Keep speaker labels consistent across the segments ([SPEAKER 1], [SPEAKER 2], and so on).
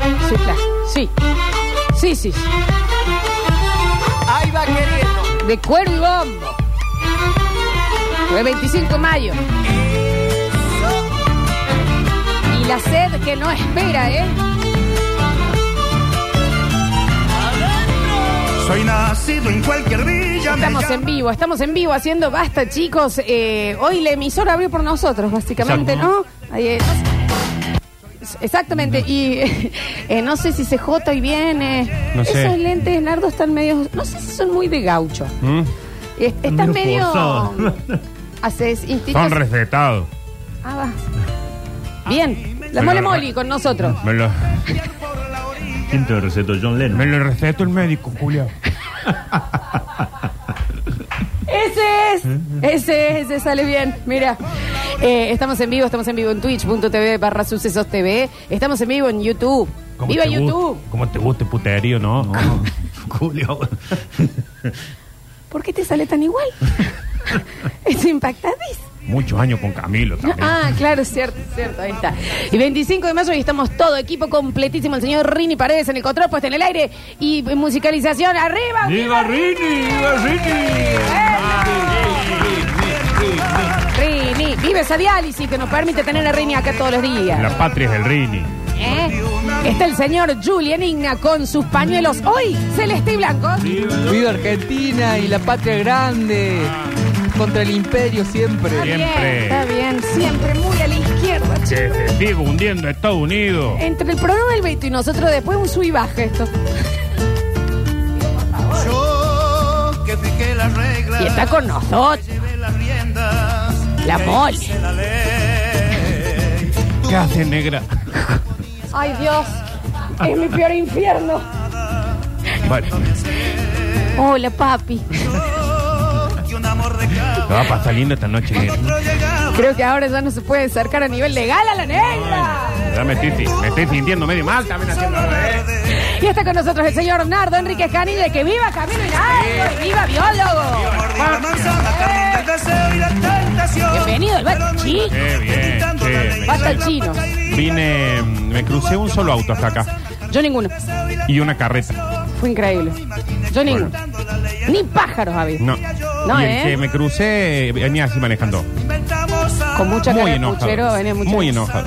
[SPEAKER 1] Sí, claro. Sí. Sí, sí. sí.
[SPEAKER 2] Ahí va queriendo.
[SPEAKER 1] De cuero y bombo. Fue 25 de mayo. Y la sed que no espera, ¿eh?
[SPEAKER 3] Soy nacido en cualquier villa. me
[SPEAKER 1] Estamos
[SPEAKER 3] llaman-
[SPEAKER 1] en vivo, estamos en vivo haciendo basta, chicos. Eh, hoy la emisora abrió por nosotros, básicamente,
[SPEAKER 4] Exacto.
[SPEAKER 1] ¿no? Ahí, eh, no sé. Exactamente, y eh, no sé si CJ hoy viene.
[SPEAKER 4] No sé.
[SPEAKER 1] Esos lentes, Nardo, están medio. No sé si son muy de gaucho.
[SPEAKER 4] ¿Mm?
[SPEAKER 1] Es- Estás
[SPEAKER 4] medio
[SPEAKER 1] medio.
[SPEAKER 4] forzados.
[SPEAKER 1] Haces
[SPEAKER 4] Son
[SPEAKER 1] institutos.
[SPEAKER 4] recetados.
[SPEAKER 1] Ah, vas. Bien, la mole moli con nosotros.
[SPEAKER 4] Me lo,
[SPEAKER 5] ¿Quién te recetó? John
[SPEAKER 4] me
[SPEAKER 5] Lennon.
[SPEAKER 4] lo recetó el médico, Julio.
[SPEAKER 1] Ese es, ese es, ese sale bien. Mira, Eh, estamos en vivo, estamos en vivo en twitch.tv barra sucesos TV. Estamos en vivo en YouTube.
[SPEAKER 4] ¿Cómo
[SPEAKER 1] ¡Viva
[SPEAKER 4] te gusta-
[SPEAKER 1] YouTube!
[SPEAKER 4] ¿Cómo te gusta el puterío, no? no?
[SPEAKER 5] Julio.
[SPEAKER 1] ¿Por qué te sale tan igual? es impactante.
[SPEAKER 4] Muchos años con Camilo también.
[SPEAKER 1] Ah, claro, es cierto, es cierto, ahí está. Y 25 de mayo y estamos todo equipo completísimo. El señor Rini Paredes en el control, puesto en el aire y musicalización arriba.
[SPEAKER 4] ¡Viva Rini! ¡Viva Rini!
[SPEAKER 1] Rini, vive esa diálisis que nos permite tener a Rini acá todos los días.
[SPEAKER 4] La patria es el Rini.
[SPEAKER 1] ¿Eh? Está el señor Julian Igna con sus pañuelos hoy celeste y blancos.
[SPEAKER 2] Viva Argentina y la patria grande. Contra el imperio siempre.
[SPEAKER 1] Está bien,
[SPEAKER 4] siempre.
[SPEAKER 1] está bien, siempre muy a la izquierda. che.
[SPEAKER 4] Desde Diego hundiendo a Estados Unidos.
[SPEAKER 1] Entre el programa del Beto y nosotros después un sub y baja esto.
[SPEAKER 6] Yo que piqué las reglas.
[SPEAKER 1] Y está con nosotros
[SPEAKER 6] Llevé las riendas.
[SPEAKER 1] la mole.
[SPEAKER 6] hice la ley.
[SPEAKER 4] ¿Qué hace, negra?
[SPEAKER 1] Ay Dios, es mi peor infierno.
[SPEAKER 4] Bueno,
[SPEAKER 1] Hola papi.
[SPEAKER 6] Yo que un amor de
[SPEAKER 4] te va a pasar lindo esta noche, negra.
[SPEAKER 6] otro llegaba.
[SPEAKER 1] Creo que ahora ya no se puede acercar a nivel legal a la negra.
[SPEAKER 4] Ya me estoy, me estoy sintiendo medio mal también haciendo
[SPEAKER 1] Y está con nosotros el señor Nardo Enrique Canilla. Que viva Camilo Hidalgo y viva biólogo.
[SPEAKER 6] Mordí
[SPEAKER 4] Ah.
[SPEAKER 6] la manzana, carne del deseo y la tentación.
[SPEAKER 1] Bienvenido al Bata Chino.
[SPEAKER 4] Qué bien, che, me-
[SPEAKER 1] Bata Chino.
[SPEAKER 4] Vine, mm, me crucé un solo auto hasta acá
[SPEAKER 1] Yo ninguno.
[SPEAKER 4] y una carreta.
[SPEAKER 1] Fue increíble. Yo ninguno. Ni pájaros había.
[SPEAKER 4] No.
[SPEAKER 1] No,
[SPEAKER 4] y el
[SPEAKER 1] ¿eh?
[SPEAKER 4] que me crucé eh, venía así manejando.
[SPEAKER 1] Con mucha
[SPEAKER 4] muy
[SPEAKER 1] cara de
[SPEAKER 4] enojado.
[SPEAKER 1] puchero, venía mucho.
[SPEAKER 4] muy enojado.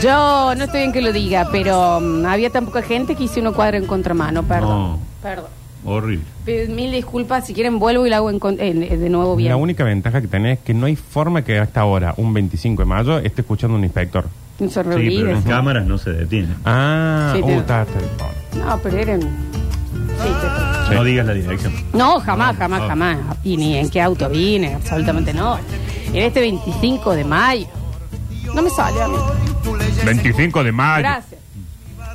[SPEAKER 1] Yo no estoy bien que lo diga, pero mm, había tan poca gente que hice uno cuadro en contramano, perdón.
[SPEAKER 5] No.
[SPEAKER 1] Perdón.
[SPEAKER 5] Horrible.
[SPEAKER 1] Pe- Mil disculpas, si quieren vuelvo y lo hago en con- eh, de nuevo bien.
[SPEAKER 4] La única ventaja que tenés es que no hay forma que hasta ahora, un 25 de mayo, esté escuchando un inspector.
[SPEAKER 1] No se
[SPEAKER 5] Sí, pero
[SPEAKER 1] olvide.
[SPEAKER 5] las cámaras no se detienen.
[SPEAKER 4] Ah,
[SPEAKER 1] Sí,
[SPEAKER 4] uh,
[SPEAKER 1] te-
[SPEAKER 4] está, está bien.
[SPEAKER 1] No, pero eran... Sí, te-
[SPEAKER 4] Sí.
[SPEAKER 5] No digas la dirección.
[SPEAKER 1] No, jamás, jamás,
[SPEAKER 5] no.
[SPEAKER 1] jamás. Y ni en qué auto vine, absolutamente no. En este 25 de mayo. No me sale a mí.
[SPEAKER 4] 25 de mayo.
[SPEAKER 1] Gracias.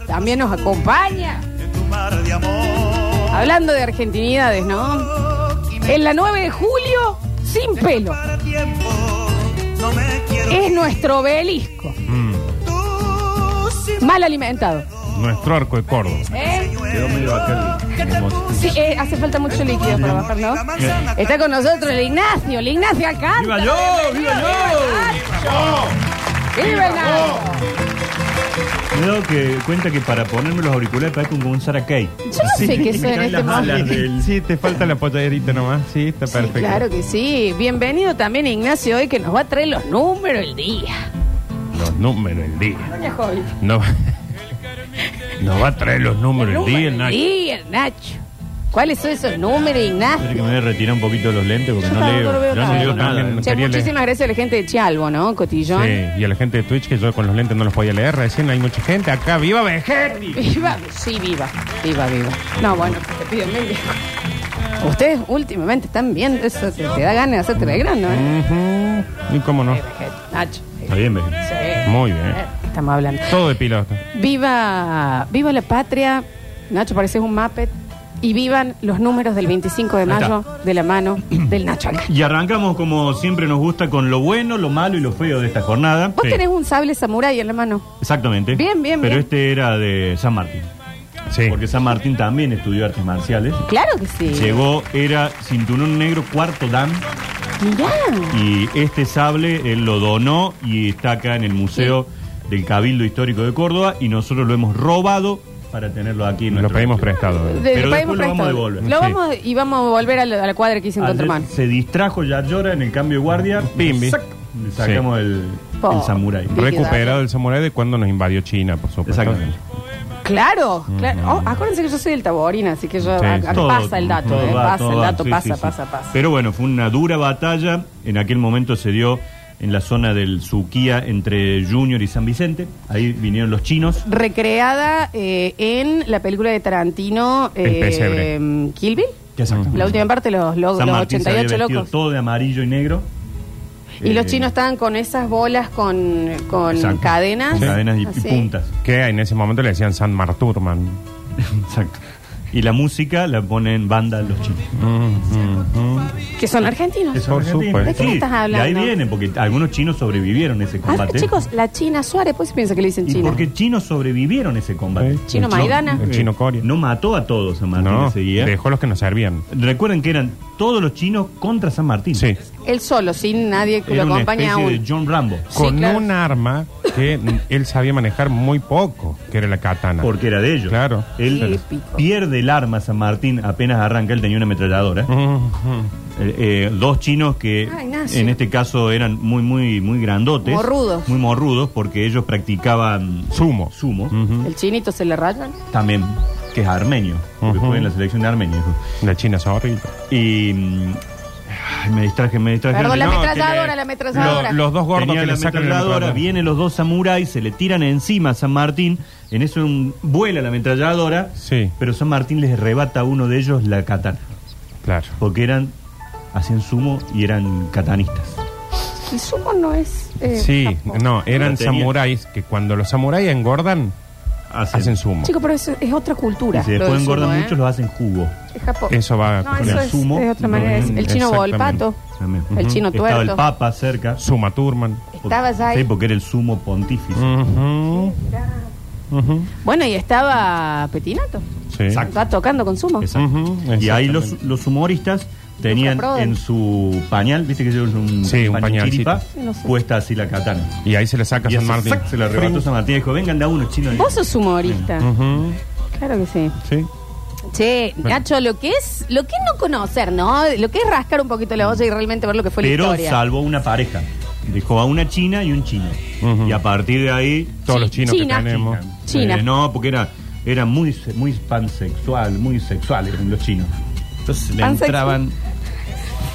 [SPEAKER 1] También nos acompaña. Hablando de argentinidades, ¿no? En la 9 de julio, sin pelo. Es nuestro obelisco.
[SPEAKER 4] Mm,
[SPEAKER 1] Mal alimentado.
[SPEAKER 4] nuestro arco de Córdoba.
[SPEAKER 1] ¿eh?
[SPEAKER 5] Quedó medio acá. el- como-
[SPEAKER 1] Sí, eh, hace falta mucho líquido para bajar, ¿no? Está con nosotros el Ignacio, el Ignacio acá.
[SPEAKER 5] ¡Viva yo! ¡Viva yo!
[SPEAKER 1] ¡Viva el Nardo!
[SPEAKER 5] Me he dado que- cuenta que para ponerme los auriculares parezco como un Sarah Kay.
[SPEAKER 1] Yo no sé qué
[SPEAKER 5] me
[SPEAKER 1] soy en
[SPEAKER 5] caen
[SPEAKER 1] este
[SPEAKER 5] las
[SPEAKER 1] momento.
[SPEAKER 5] alas del-
[SPEAKER 4] Sí, te falta la pollerita nomás. Sí, está
[SPEAKER 1] Sí,
[SPEAKER 4] perfecto.
[SPEAKER 1] claro que sí. Bienvenido también Ignacio hoy que nos va a traer los números del día.
[SPEAKER 4] Los números del día. No, nos va a traer los números del día, el Nacho.
[SPEAKER 1] Sí, el Nacho. ¿Cuáles son esos números, Ignacio?
[SPEAKER 5] Espera que me voy a retirar un poquito los lentes porque no leo.
[SPEAKER 1] lo veo
[SPEAKER 5] Yo no
[SPEAKER 1] nada.
[SPEAKER 5] leo
[SPEAKER 4] También
[SPEAKER 5] nada.
[SPEAKER 4] no
[SPEAKER 1] Che,
[SPEAKER 4] quería leer.
[SPEAKER 1] muchísimas gracias a la gente de Chialbo, ¿no? Cotillón.
[SPEAKER 4] Sí, y a la gente de Twitch que yo con los lentes no los podía leer. Recién hay mucha gente acá. ¡Viva Vegetti!
[SPEAKER 1] Viva, sí, viva, viva, viva. No, bueno, te pido mil disculpas. Ustedes últimamente están viendo eso, te, te da ganas de hacerte vegano, ¿eh?
[SPEAKER 4] Ujú. ¿Y cómo no?
[SPEAKER 1] Eh, veget- Nacho.
[SPEAKER 5] Está bien, ve.
[SPEAKER 1] Sí.
[SPEAKER 4] Muy bien.
[SPEAKER 1] Estamos hablando.
[SPEAKER 4] Todo de piloto.
[SPEAKER 1] Viva, viva la patria. Nacho, pareces un Muppet. Y vivan los números del 25 de mayo de la mano del Nacho acá.
[SPEAKER 5] Y arrancamos como siempre nos gusta con lo bueno, lo malo y lo feo de esta jornada.
[SPEAKER 1] Vos
[SPEAKER 5] Sí.
[SPEAKER 1] tenés un sable samurái en la mano.
[SPEAKER 5] Exactamente.
[SPEAKER 1] Bien, bien,
[SPEAKER 5] Pero
[SPEAKER 1] bien.
[SPEAKER 5] este era de San Martín.
[SPEAKER 4] Sí.
[SPEAKER 5] Porque San Martín también estudió artes marciales.
[SPEAKER 1] Claro que sí.
[SPEAKER 5] Llegó, era cinturón negro, cuarto dan.
[SPEAKER 1] Mirá.
[SPEAKER 5] Y este sable él lo donó y está acá en el Museo del Cabildo Histórico de Córdoba. Y nosotros lo hemos robado para tenerlo aquí. en
[SPEAKER 4] Lo
[SPEAKER 5] nuestro
[SPEAKER 4] pedimos
[SPEAKER 5] estudio.
[SPEAKER 4] prestado.
[SPEAKER 1] De- pedimos
[SPEAKER 5] Pero después lo vamos a
[SPEAKER 1] prestado.
[SPEAKER 5] devolver.
[SPEAKER 1] Lo
[SPEAKER 4] Sí.
[SPEAKER 1] vamos y vamos a volver a la, a la cuadra que hice en
[SPEAKER 5] Ayer
[SPEAKER 1] Contramano.
[SPEAKER 5] se distrajo ya llora en el cambio de guardia.
[SPEAKER 4] Pimbi.
[SPEAKER 5] ¡sac! Le sacamos el,
[SPEAKER 1] Po.
[SPEAKER 5] el samurái.
[SPEAKER 1] Re-
[SPEAKER 4] Recuperado el samurái de cuando nos invadió China, por supuesto.
[SPEAKER 5] Exactamente.
[SPEAKER 1] Claro, claro. Oh, acuérdense que yo soy del Taborín, así que yo
[SPEAKER 4] Sí,
[SPEAKER 1] a-
[SPEAKER 4] sí.
[SPEAKER 1] a-
[SPEAKER 5] Todo,
[SPEAKER 1] pasa el dato,
[SPEAKER 5] todo
[SPEAKER 1] eh,
[SPEAKER 5] va,
[SPEAKER 1] pasa
[SPEAKER 5] todo
[SPEAKER 1] el
[SPEAKER 5] va.
[SPEAKER 1] dato,
[SPEAKER 5] Sí,
[SPEAKER 1] pasa,
[SPEAKER 5] sí,
[SPEAKER 1] pasa,
[SPEAKER 5] sí.
[SPEAKER 1] pasa.
[SPEAKER 5] Pero bueno, fue una dura batalla. En aquel momento se dio en la zona del Suquía entre Junior y San Vicente. Ahí vinieron los chinos.
[SPEAKER 1] Recreada eh, en la película de Tarantino,
[SPEAKER 4] El pesebre.
[SPEAKER 1] eh, Kill Bill.
[SPEAKER 5] ¿Qué exacto?
[SPEAKER 1] La última parte, los, los,
[SPEAKER 5] Mm. San
[SPEAKER 1] los
[SPEAKER 5] Martín se había
[SPEAKER 1] 88
[SPEAKER 5] vestido
[SPEAKER 1] locos.
[SPEAKER 5] todo de amarillo y negro.
[SPEAKER 1] Y los
[SPEAKER 5] Eh,
[SPEAKER 1] chinos estaban con esas bolas con, con
[SPEAKER 5] exacto.
[SPEAKER 1] cadenas. ah,
[SPEAKER 5] Con cadenas y, y
[SPEAKER 1] Así.
[SPEAKER 5] puntas.
[SPEAKER 4] Que en ese momento le decían San Marturman.
[SPEAKER 5] Exacto. Y la música la ponen banda los chinos.
[SPEAKER 1] Que son argentinos.
[SPEAKER 5] Eso
[SPEAKER 4] Por
[SPEAKER 5] es
[SPEAKER 4] supuesto.
[SPEAKER 5] argentino.
[SPEAKER 1] ¿De qué me estás
[SPEAKER 5] De ahí
[SPEAKER 1] hablando?
[SPEAKER 5] viene, porque algunos chinos sobrevivieron ese
[SPEAKER 1] Ah,
[SPEAKER 5] combate.
[SPEAKER 1] chicos, la China Suárez, pues se piensa que le dicen
[SPEAKER 5] y
[SPEAKER 1] China.
[SPEAKER 5] porque chinos sobrevivieron ese combate.
[SPEAKER 4] Sí.
[SPEAKER 1] Chino
[SPEAKER 4] El chino-
[SPEAKER 1] Maidana.
[SPEAKER 4] el chino Coria.
[SPEAKER 5] No mató a todos a Martín
[SPEAKER 4] No,
[SPEAKER 5] ese día.
[SPEAKER 4] dejó los que nos servían.
[SPEAKER 5] Recuerden que eran todos los chinos contra San Martín.
[SPEAKER 4] Sí.
[SPEAKER 1] Él solo, sin nadie que
[SPEAKER 5] Era
[SPEAKER 1] lo
[SPEAKER 5] una
[SPEAKER 1] acompañe
[SPEAKER 5] especie de
[SPEAKER 1] aún.
[SPEAKER 5] John Rambo.
[SPEAKER 4] Con
[SPEAKER 1] claro.
[SPEAKER 4] un arma que n- él sabía manejar muy poco, que era la katana.
[SPEAKER 5] Porque era de ellos.
[SPEAKER 4] Claro.
[SPEAKER 5] Él
[SPEAKER 1] Qué épico.
[SPEAKER 5] pierde el arma a San Martín apenas arranca. Él tenía una ametralladora.
[SPEAKER 4] Ah. Ujú.
[SPEAKER 5] Eh, eh, dos chinos que
[SPEAKER 1] Ah, Ignacio.
[SPEAKER 5] en este caso eran muy, muy, muy grandotes.
[SPEAKER 1] Morrudos.
[SPEAKER 5] Muy morrudos porque ellos practicaban
[SPEAKER 4] Sumo.
[SPEAKER 5] sumo.
[SPEAKER 1] El chinito se le rayan.
[SPEAKER 5] También, que es armenio. Porque
[SPEAKER 4] Ujú.
[SPEAKER 5] juega en la selección de Armenia.
[SPEAKER 4] La China sorry.
[SPEAKER 5] Y. mm, ay, me distraje, me distraje.
[SPEAKER 1] Perdón, la
[SPEAKER 4] No,
[SPEAKER 1] ametralladora,
[SPEAKER 4] que le-
[SPEAKER 1] la ametralladora.
[SPEAKER 4] lo- los dos gordos
[SPEAKER 5] Tenía
[SPEAKER 4] que
[SPEAKER 5] la
[SPEAKER 4] le sacan la
[SPEAKER 5] ametralladora,
[SPEAKER 4] ametralladora.
[SPEAKER 5] vienen los dos samuráis, se le tiran encima a San Martín, en eso un- vuela la ametralladora,
[SPEAKER 4] Sí.
[SPEAKER 5] pero San Martín les arrebata a uno de ellos la katana,
[SPEAKER 4] Claro.
[SPEAKER 5] porque eran, hacían sumo y eran katanistas.
[SPEAKER 1] El sumo no es. eh,
[SPEAKER 4] Sí,
[SPEAKER 1] Japón.
[SPEAKER 4] no, eran
[SPEAKER 5] La tenía.
[SPEAKER 4] samuráis que cuando los samuráis engordan, hacen sumo.
[SPEAKER 1] Chicos, pero eso es otra cultura.
[SPEAKER 5] Y si
[SPEAKER 1] lo
[SPEAKER 5] después
[SPEAKER 1] del sumo,
[SPEAKER 5] engordan
[SPEAKER 1] ¿eh?
[SPEAKER 5] mucho, los hacen jugo.
[SPEAKER 1] Es Japón.
[SPEAKER 4] Eso va
[SPEAKER 1] No,
[SPEAKER 4] con
[SPEAKER 1] eso
[SPEAKER 5] el
[SPEAKER 1] es,
[SPEAKER 5] sumo.
[SPEAKER 1] de otra manera. es el chino
[SPEAKER 4] Exactamente.
[SPEAKER 1] Volpato.
[SPEAKER 5] También.
[SPEAKER 1] El
[SPEAKER 5] Ujú.
[SPEAKER 1] chino
[SPEAKER 5] Estaba
[SPEAKER 1] tuerto.
[SPEAKER 5] el Papa cerca.
[SPEAKER 4] Suma Turman.
[SPEAKER 1] Estaba ya ahí.
[SPEAKER 5] Sí, porque era el sumo pontífice.
[SPEAKER 4] Mm, Ujú. Ujú.
[SPEAKER 1] Bueno, y estaba Petinato.
[SPEAKER 4] Sí.
[SPEAKER 5] Exacto.
[SPEAKER 1] Estaba tocando con sumo.
[SPEAKER 5] Exacto.
[SPEAKER 4] Ujú,
[SPEAKER 5] y ahí
[SPEAKER 4] exactamente.
[SPEAKER 5] los, los humoristas tenían
[SPEAKER 1] Proden.
[SPEAKER 5] en su pañal, viste que llevan un,
[SPEAKER 4] Sí, un
[SPEAKER 5] pañal
[SPEAKER 4] pañalcito.
[SPEAKER 5] chiripa,
[SPEAKER 1] Sí, lo sé.
[SPEAKER 5] puesta así la katana.
[SPEAKER 4] Y ahí se le saca
[SPEAKER 5] Y
[SPEAKER 4] San
[SPEAKER 5] ese
[SPEAKER 4] Martín.
[SPEAKER 5] sac se la arrebató San Martín y dijo, vengan de a uno, chino.
[SPEAKER 1] Vos sos humorista.
[SPEAKER 4] Ujú,
[SPEAKER 1] Claro que sí.
[SPEAKER 4] Sí.
[SPEAKER 1] Che, Nacho, lo que es, lo que es no conocer, ¿no? Lo que es rascar un poquito la olla y realmente ver lo que fue la
[SPEAKER 5] Pero
[SPEAKER 1] historia.
[SPEAKER 5] salvó una pareja. Dejó a una china y un chino.
[SPEAKER 4] Ujú.
[SPEAKER 5] Y a partir de ahí...
[SPEAKER 4] Todos
[SPEAKER 1] Chi-
[SPEAKER 4] los chinos
[SPEAKER 1] China.
[SPEAKER 4] que tenemos.
[SPEAKER 1] China.
[SPEAKER 5] Eh, no, porque era, era muy, se- muy pansexual, muy sexual eran los chinos. Entonces le
[SPEAKER 1] Pansexual.
[SPEAKER 5] entraban...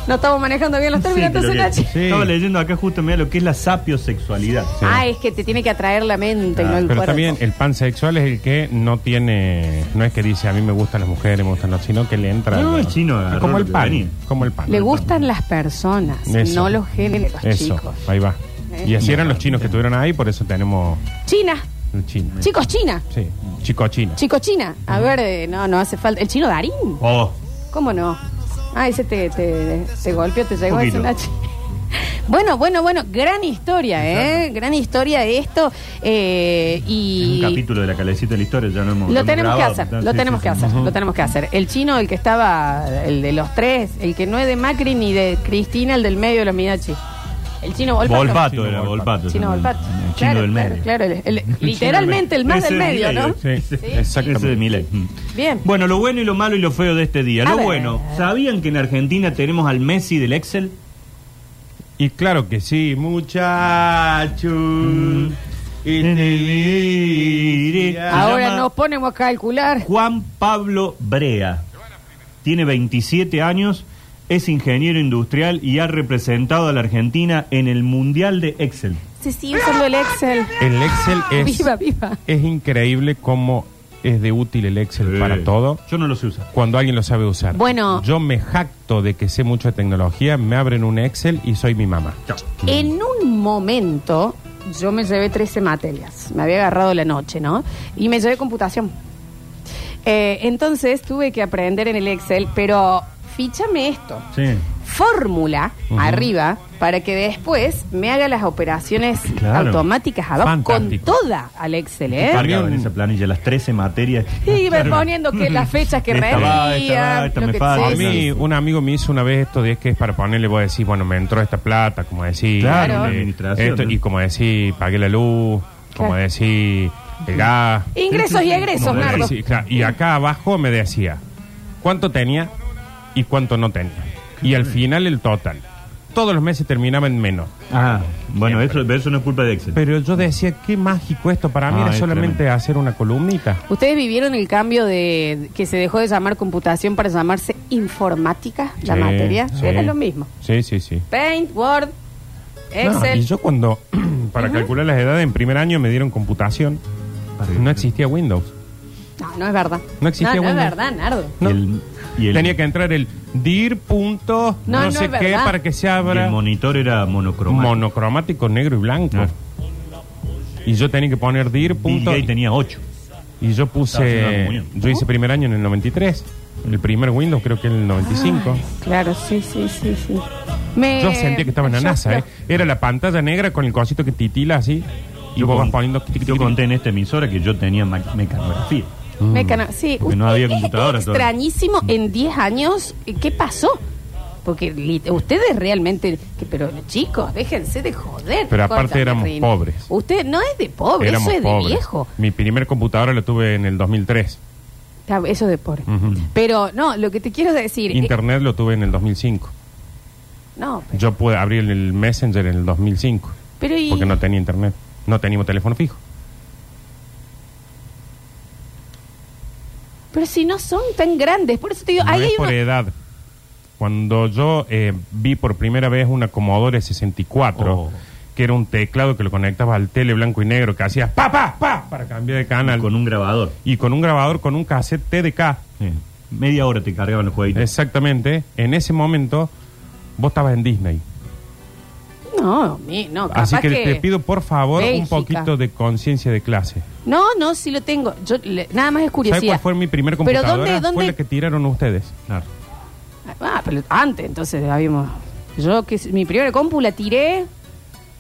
[SPEAKER 1] No estamos manejando bien los términos,
[SPEAKER 5] Sí,
[SPEAKER 1] entonces,
[SPEAKER 5] pero
[SPEAKER 1] Nacho.
[SPEAKER 5] que-
[SPEAKER 4] Sí.
[SPEAKER 5] Estaba leyendo acá justo, mira, lo que es la sapiosexualidad.
[SPEAKER 1] Ah, es que te tiene que atraer la mente y
[SPEAKER 5] Ah,
[SPEAKER 1] no el
[SPEAKER 4] Pero
[SPEAKER 1] cuerpo.
[SPEAKER 4] también el pansexual es el que no tiene. No es que dice a mí me gustan las mujeres, me gustan los. sino que le entra.
[SPEAKER 5] No, el chino agarró
[SPEAKER 4] Como el
[SPEAKER 5] lo que
[SPEAKER 4] pan.
[SPEAKER 5] venía.
[SPEAKER 4] Como el pan.
[SPEAKER 1] Le gustan las personas,
[SPEAKER 4] Eso.
[SPEAKER 1] no los géneros,
[SPEAKER 4] Eso.
[SPEAKER 1] chicos.
[SPEAKER 4] Ahí va.
[SPEAKER 1] Eh.
[SPEAKER 4] Y así eran los chinos que estuvieron ahí, por eso tenemos
[SPEAKER 1] China,
[SPEAKER 4] el chino.
[SPEAKER 1] chicos, China.
[SPEAKER 4] Sí. Chico chino.
[SPEAKER 1] Chico China, a ver, eh, no, no hace falta. El chino Darín,
[SPEAKER 5] Oh,
[SPEAKER 1] ¿cómo no? Ah, ese te, te, te golpeó, te llegó ese
[SPEAKER 5] Poquito.
[SPEAKER 1] Nachi. Bueno, bueno, bueno, gran historia, ¿eh? Gran historia esto. eh, y
[SPEAKER 5] un capítulo de la calecita de la historia, ya no hemos
[SPEAKER 1] Lo
[SPEAKER 5] hemos
[SPEAKER 1] tenemos que
[SPEAKER 5] grabado,
[SPEAKER 1] hacer,
[SPEAKER 5] ¿no?
[SPEAKER 1] lo
[SPEAKER 5] Sí,
[SPEAKER 1] tenemos
[SPEAKER 5] sí,
[SPEAKER 1] que
[SPEAKER 5] sí.
[SPEAKER 1] hacer, lo tenemos que hacer. El chino, el que estaba, el de los tres, el que no es de Macri ni de Cristina, el del medio de los Midachi. El chino Volpato.
[SPEAKER 5] Volpato
[SPEAKER 4] Chino
[SPEAKER 5] era,
[SPEAKER 4] Volpato.
[SPEAKER 5] Volpato.
[SPEAKER 1] Chino
[SPEAKER 5] también.
[SPEAKER 1] Volpato.
[SPEAKER 5] El chino
[SPEAKER 1] Claro,
[SPEAKER 5] del
[SPEAKER 1] claro,
[SPEAKER 5] medio.
[SPEAKER 1] claro, el- el- literalmente el más del
[SPEAKER 5] Ese es
[SPEAKER 1] medio,
[SPEAKER 5] Milei,
[SPEAKER 1] ¿no?
[SPEAKER 4] Sí,
[SPEAKER 5] Ese de
[SPEAKER 4] exactamente.
[SPEAKER 5] Milei. Mm.
[SPEAKER 1] Bien.
[SPEAKER 5] Bueno, lo bueno y lo malo y lo feo de este día.
[SPEAKER 1] A
[SPEAKER 5] Lo
[SPEAKER 1] ver.
[SPEAKER 5] bueno, ¿sabían que en Argentina tenemos al Messi del Excel?
[SPEAKER 4] Y claro que sí, muchachos.
[SPEAKER 1] Ahora nos ponemos a calcular.
[SPEAKER 5] Juan Pablo Brea. Tiene 27 años, es ingeniero industrial y ha representado a la Argentina en el Mundial de Excel.
[SPEAKER 1] Se sigue usando el Excel.
[SPEAKER 4] El Excel es,
[SPEAKER 1] Viva, viva.
[SPEAKER 4] es increíble cómo es de útil el Excel para todo
[SPEAKER 5] Yo no lo sé usar.
[SPEAKER 4] cuando alguien lo sabe usar.
[SPEAKER 1] Bueno.
[SPEAKER 4] Yo me jacto de que sé mucho de tecnología, me abren un Excel y soy mi mamá.
[SPEAKER 1] En un momento, yo me llevé 13 materias. Me había agarrado la noche, ¿no? Y me llevé computación. Eh, entonces tuve que aprender en el Excel, pero fíchame esto.
[SPEAKER 5] Sí.
[SPEAKER 4] ¿Eh?
[SPEAKER 1] Fórmula
[SPEAKER 4] Ujú.
[SPEAKER 1] arriba para que después me haga las operaciones
[SPEAKER 5] Claro.
[SPEAKER 1] automáticas abajo
[SPEAKER 4] Fantástico.
[SPEAKER 1] con toda al Excel, ¿eh?
[SPEAKER 5] Cargaba en esa planilla las 13 materias.
[SPEAKER 1] Y me poniendo que las fechas que
[SPEAKER 5] Esta va, esta va,
[SPEAKER 1] rendía,
[SPEAKER 5] esta
[SPEAKER 1] lo
[SPEAKER 5] me
[SPEAKER 1] que
[SPEAKER 5] falta.
[SPEAKER 4] A
[SPEAKER 1] sí, sí,
[SPEAKER 4] mí, un amigo me hizo una vez esto de es que es para ponerle, vos decís, bueno, me entró esta plata, como decís,
[SPEAKER 5] Claro,
[SPEAKER 4] eh,
[SPEAKER 5] una administración,
[SPEAKER 4] esto,
[SPEAKER 5] ¿no?
[SPEAKER 4] y como decís, pagué la luz, como
[SPEAKER 1] Claro.
[SPEAKER 4] decís, el gas.
[SPEAKER 1] Ingresos y egresos,
[SPEAKER 5] Como
[SPEAKER 4] Ahí
[SPEAKER 1] Nardo.
[SPEAKER 4] eh, sí, claro. Y acá abajo me decía cuánto tenía y cuánto no tenía. Y al final el total. Todos los meses terminaba en menos.
[SPEAKER 5] Ah, bueno, eso, eso no es culpa de Excel.
[SPEAKER 4] Pero yo decía, qué mágico esto. Para mí
[SPEAKER 5] Ah,
[SPEAKER 4] era
[SPEAKER 5] es
[SPEAKER 4] solamente
[SPEAKER 5] tremendo.
[SPEAKER 4] hacer una columnita.
[SPEAKER 1] ¿Ustedes vivieron el cambio de que se dejó de llamar computación para llamarse informática, la
[SPEAKER 4] Sí,
[SPEAKER 1] materia?
[SPEAKER 4] sí.
[SPEAKER 1] Era lo mismo.
[SPEAKER 4] Sí, sí, sí.
[SPEAKER 1] Paint, Word,
[SPEAKER 4] No,
[SPEAKER 1] Excel.
[SPEAKER 4] y yo cuando, para calcular las edades, en primer año me dieron computación. Ah, No existía Windows.
[SPEAKER 1] No, no es verdad.
[SPEAKER 4] No existía
[SPEAKER 1] No, no es
[SPEAKER 4] Windows.
[SPEAKER 1] verdad, Nardo.
[SPEAKER 4] No.
[SPEAKER 5] Y el, y el-
[SPEAKER 4] Tenía que entrar el dir punto
[SPEAKER 1] No,
[SPEAKER 4] no,
[SPEAKER 1] no
[SPEAKER 4] sé
[SPEAKER 1] es
[SPEAKER 4] qué
[SPEAKER 1] verdad.
[SPEAKER 4] para que se
[SPEAKER 5] y el
[SPEAKER 4] abra
[SPEAKER 5] monitor era monocromático.
[SPEAKER 4] monocromático negro y blanco.
[SPEAKER 5] Ah.
[SPEAKER 4] Y yo tenía que poner dir
[SPEAKER 5] Bill
[SPEAKER 4] punto
[SPEAKER 5] Gates tenía 8.
[SPEAKER 4] y yo
[SPEAKER 5] Estaba haciendo algo
[SPEAKER 4] puse
[SPEAKER 5] muy bien. Mm.
[SPEAKER 4] yo hice primer año en el 93. El primer Windows creo que en el 95.
[SPEAKER 1] Claro, sí, sí, sí, sí. Me-
[SPEAKER 4] yo sentía que estaba en la
[SPEAKER 1] Ah. yo-
[SPEAKER 4] NASA, ¿eh? Era la pantalla negra con el cosito que titila así y vos vas poniendo tic, tic,
[SPEAKER 5] yo
[SPEAKER 4] tic.
[SPEAKER 5] conté en esta emisora que yo tenía ma- mecanografía.
[SPEAKER 4] Mm.
[SPEAKER 1] Mecano- sí,
[SPEAKER 5] Porque no había
[SPEAKER 1] es-
[SPEAKER 5] computadora
[SPEAKER 1] Es
[SPEAKER 5] todavía.
[SPEAKER 1] extrañísimo en 10 años. eh, ¿Qué pasó? Porque li- ustedes realmente. que- pero chicos, déjense de joder.
[SPEAKER 4] Pero aparte
[SPEAKER 1] Córtame,
[SPEAKER 4] éramos
[SPEAKER 1] Rino.
[SPEAKER 4] pobres.
[SPEAKER 1] Usted no es de pobre,
[SPEAKER 4] Éramos
[SPEAKER 1] Oh, eso es
[SPEAKER 4] pobres.
[SPEAKER 1] de viejo.
[SPEAKER 4] Mi primer computadora la tuve en el 2003.
[SPEAKER 1] Está- Eso es de pobre.
[SPEAKER 4] Mm.
[SPEAKER 1] Pero no, lo que te quiero decir. eh,
[SPEAKER 4] Internet lo tuve en el 2005.
[SPEAKER 1] no, pero,
[SPEAKER 4] Yo pude abrir el Messenger en el 2005
[SPEAKER 1] pero y-
[SPEAKER 4] porque no tenía internet. No teníamos teléfono fijo.
[SPEAKER 1] pero si no son tan grandes. Por eso te digo,
[SPEAKER 4] No
[SPEAKER 1] ahí
[SPEAKER 4] es
[SPEAKER 1] hay
[SPEAKER 4] por
[SPEAKER 1] una-
[SPEAKER 4] edad. Cuando yo eh, vi por primera vez una Commodore 64,
[SPEAKER 5] Oh.
[SPEAKER 4] que era un teclado que lo conectaba al tele blanco y negro, que hacías pa, pa, pa, para cambiar de canal.
[SPEAKER 5] Con un grabador.
[SPEAKER 4] y con un grabador con un cassette TDK.
[SPEAKER 5] Eh, media hora te cargaban los jueguitos.
[SPEAKER 4] Exactamente. En ese momento, vos estabas en Disney.
[SPEAKER 1] No, mi- no, capaz
[SPEAKER 4] Así que, te pido por favor un
[SPEAKER 1] Bélgica.
[SPEAKER 4] poquito de conciencia de clase.
[SPEAKER 1] No, no, sí lo tengo. Yo, le- nada más es curiosidad.
[SPEAKER 4] ¿Sabes cuál fue mi primer computadora?
[SPEAKER 1] Pero ¿dónde, dónde?
[SPEAKER 4] Fue la que tiraron ustedes.
[SPEAKER 5] Claro.
[SPEAKER 1] Ah, pero antes, entonces habíamos. Yo, que mi primera compu la tiré.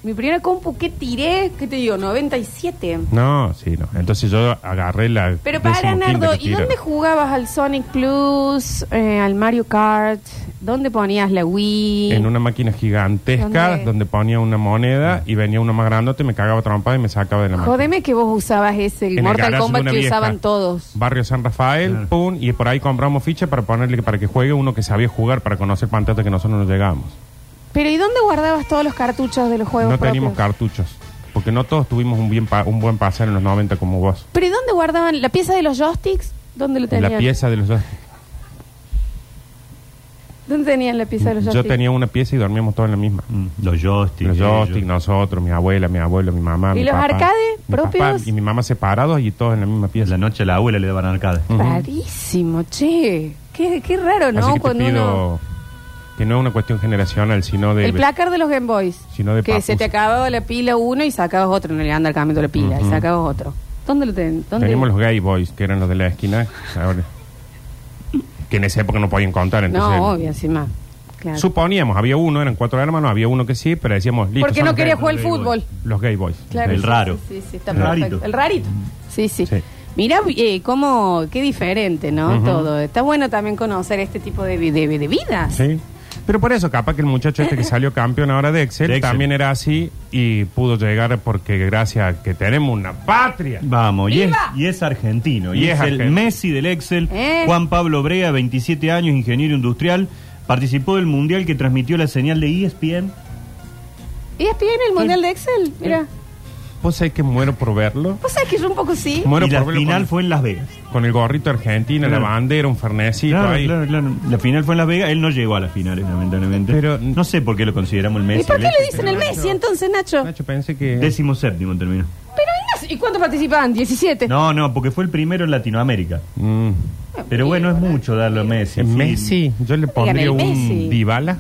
[SPEAKER 1] Mi primera compu, ¿qué tiré? ¿Qué te digo? 97.
[SPEAKER 4] No, sí, no. Entonces yo agarré la.
[SPEAKER 1] Pero para,
[SPEAKER 4] decimoquinta
[SPEAKER 1] Nardo,
[SPEAKER 4] que
[SPEAKER 1] ¿y
[SPEAKER 4] tiraron.
[SPEAKER 1] dónde jugabas al Sonic Plus, eh, al Mario Kart? ¿Dónde ponías la Wii?
[SPEAKER 4] En una máquina gigantesca
[SPEAKER 1] ¿Dónde?
[SPEAKER 4] donde ponía una moneda y venía uno más grandote, me cagaba trompada y me sacaba de la máquina.
[SPEAKER 1] Jódeme que vos usabas ese, el
[SPEAKER 4] En el
[SPEAKER 1] Mortal
[SPEAKER 4] garage de
[SPEAKER 1] Kombat
[SPEAKER 4] una
[SPEAKER 1] que
[SPEAKER 4] vieja.
[SPEAKER 1] usaban todos.
[SPEAKER 4] Barrio San Rafael,
[SPEAKER 5] Claro.
[SPEAKER 4] pum, y por ahí compramos ficha para ponerle para que juegue uno que sabía jugar, para conocer pantallas que nosotros no llegábamos.
[SPEAKER 1] Pero ¿y dónde guardabas todos los cartuchos de los juegos
[SPEAKER 4] no teníamos
[SPEAKER 1] propios?
[SPEAKER 4] cartuchos, porque no todos tuvimos un, bien pa- un buen pasar en los 90 como vos.
[SPEAKER 1] ¿Pero y dónde guardaban la pieza de los joysticks? ¿Dónde lo tenían?
[SPEAKER 4] La pieza de los
[SPEAKER 1] ¿Dónde tenían la pieza de los
[SPEAKER 4] Yo
[SPEAKER 1] joysticks?
[SPEAKER 4] tenía una pieza y dormíamos todos en la misma.
[SPEAKER 5] Mm, Los joysticks.
[SPEAKER 4] los joystick,
[SPEAKER 5] ellos.
[SPEAKER 4] nosotros, mi abuela, mi abuelo, mi mamá.
[SPEAKER 1] ¿Y
[SPEAKER 4] mi
[SPEAKER 1] los
[SPEAKER 4] papá,
[SPEAKER 1] arcades
[SPEAKER 4] mi papá
[SPEAKER 1] propios?
[SPEAKER 4] y mi mamá separados y todos en la misma
[SPEAKER 5] En
[SPEAKER 4] pieza.
[SPEAKER 5] la noche a la abuela le daban arcade.
[SPEAKER 1] Rarísimo, che. Qué, qué raro, ¿no?
[SPEAKER 4] Así que te
[SPEAKER 1] Cuando
[SPEAKER 4] pido
[SPEAKER 1] uno-
[SPEAKER 4] que no es una cuestión generacional, sino de
[SPEAKER 1] El placar de los Game Boys.
[SPEAKER 4] Sino de
[SPEAKER 1] que se
[SPEAKER 4] papusa.
[SPEAKER 1] te acababa la pila uno y sacabas otro. No le anda el cambio de la pila y
[SPEAKER 4] Ujú.
[SPEAKER 1] sacabas otro. ¿Dónde lo ten? ¿Dónde?
[SPEAKER 4] Teníamos los gay boys, que eran los de la esquina, ahora. que en esa época no podían contar. Entonces,
[SPEAKER 1] no, obvio, encima. Claro.
[SPEAKER 4] Suponíamos, había uno, eran cuatro hermanos, había uno que sí, pero decíamos, listo.
[SPEAKER 1] Porque
[SPEAKER 4] son
[SPEAKER 1] no
[SPEAKER 4] los
[SPEAKER 1] quería
[SPEAKER 4] gay-
[SPEAKER 1] jugar al
[SPEAKER 5] Gay Boys.
[SPEAKER 1] fútbol.
[SPEAKER 4] Los gay boys.
[SPEAKER 1] Claro,
[SPEAKER 5] El
[SPEAKER 1] sí,
[SPEAKER 5] raro.
[SPEAKER 1] Sí, sí, sí, está
[SPEAKER 5] El rarito. Mm.
[SPEAKER 1] perfecto. El rarito. Sí, sí.
[SPEAKER 4] Sí.
[SPEAKER 1] Mirá, eh, cómo, qué diferente, ¿no?
[SPEAKER 4] Ujú.
[SPEAKER 1] Todo. Está bueno también conocer este tipo de, vi- de, de vidas.
[SPEAKER 4] Sí. Pero por eso, capaz que el muchacho este que salió campeón ahora de Excel,
[SPEAKER 5] De Excel.
[SPEAKER 4] también era así y pudo llegar porque gracias a que tenemos una patria.
[SPEAKER 5] Vamos, y es,
[SPEAKER 1] ¡Viva!
[SPEAKER 5] y es argentino. Y,
[SPEAKER 4] Y es
[SPEAKER 5] es, el
[SPEAKER 4] argentino.
[SPEAKER 5] Messi del Excel.
[SPEAKER 1] ¿Eh?
[SPEAKER 5] Juan Pablo Brea, 27 años, ingeniero industrial. Participó del mundial que transmitió la señal de E ESPN.
[SPEAKER 1] Y es bien el Mundial de Excel, mira.
[SPEAKER 4] Vos sabés que muero por verlo.
[SPEAKER 1] Vos sabés que yo un poco sí.
[SPEAKER 4] Muero
[SPEAKER 5] y
[SPEAKER 4] por
[SPEAKER 5] la
[SPEAKER 4] verlo
[SPEAKER 5] final
[SPEAKER 4] con,
[SPEAKER 5] fue en Las Vegas.
[SPEAKER 4] con el gorrito argentino,
[SPEAKER 5] Claro.
[SPEAKER 4] la bandera, un fernecito
[SPEAKER 5] Claro,
[SPEAKER 4] ahí.
[SPEAKER 5] claro, claro. La final fue en Las Vegas. Él no llegó a las finales, lamentablemente.
[SPEAKER 4] Pero-
[SPEAKER 5] no sé por qué lo consideramos el Messi.
[SPEAKER 1] ¿Y por qué
[SPEAKER 5] del
[SPEAKER 1] le
[SPEAKER 5] Excel.
[SPEAKER 1] dicen el Messi entonces, Nacho?
[SPEAKER 4] Nacho, pensé que...
[SPEAKER 5] Décimo séptimo terminó.
[SPEAKER 1] Pero Ignacio, ¿y cuántos participaban? 17.
[SPEAKER 5] No, no, porque fue el primero en Latinoamérica.
[SPEAKER 4] Mm.
[SPEAKER 1] Ah,
[SPEAKER 5] Pero bueno, es mucho darle a Messi.
[SPEAKER 4] En
[SPEAKER 5] Sí.
[SPEAKER 4] Eh, Messi, yo le pondría
[SPEAKER 1] el
[SPEAKER 4] un
[SPEAKER 1] Messi.
[SPEAKER 4] Dybala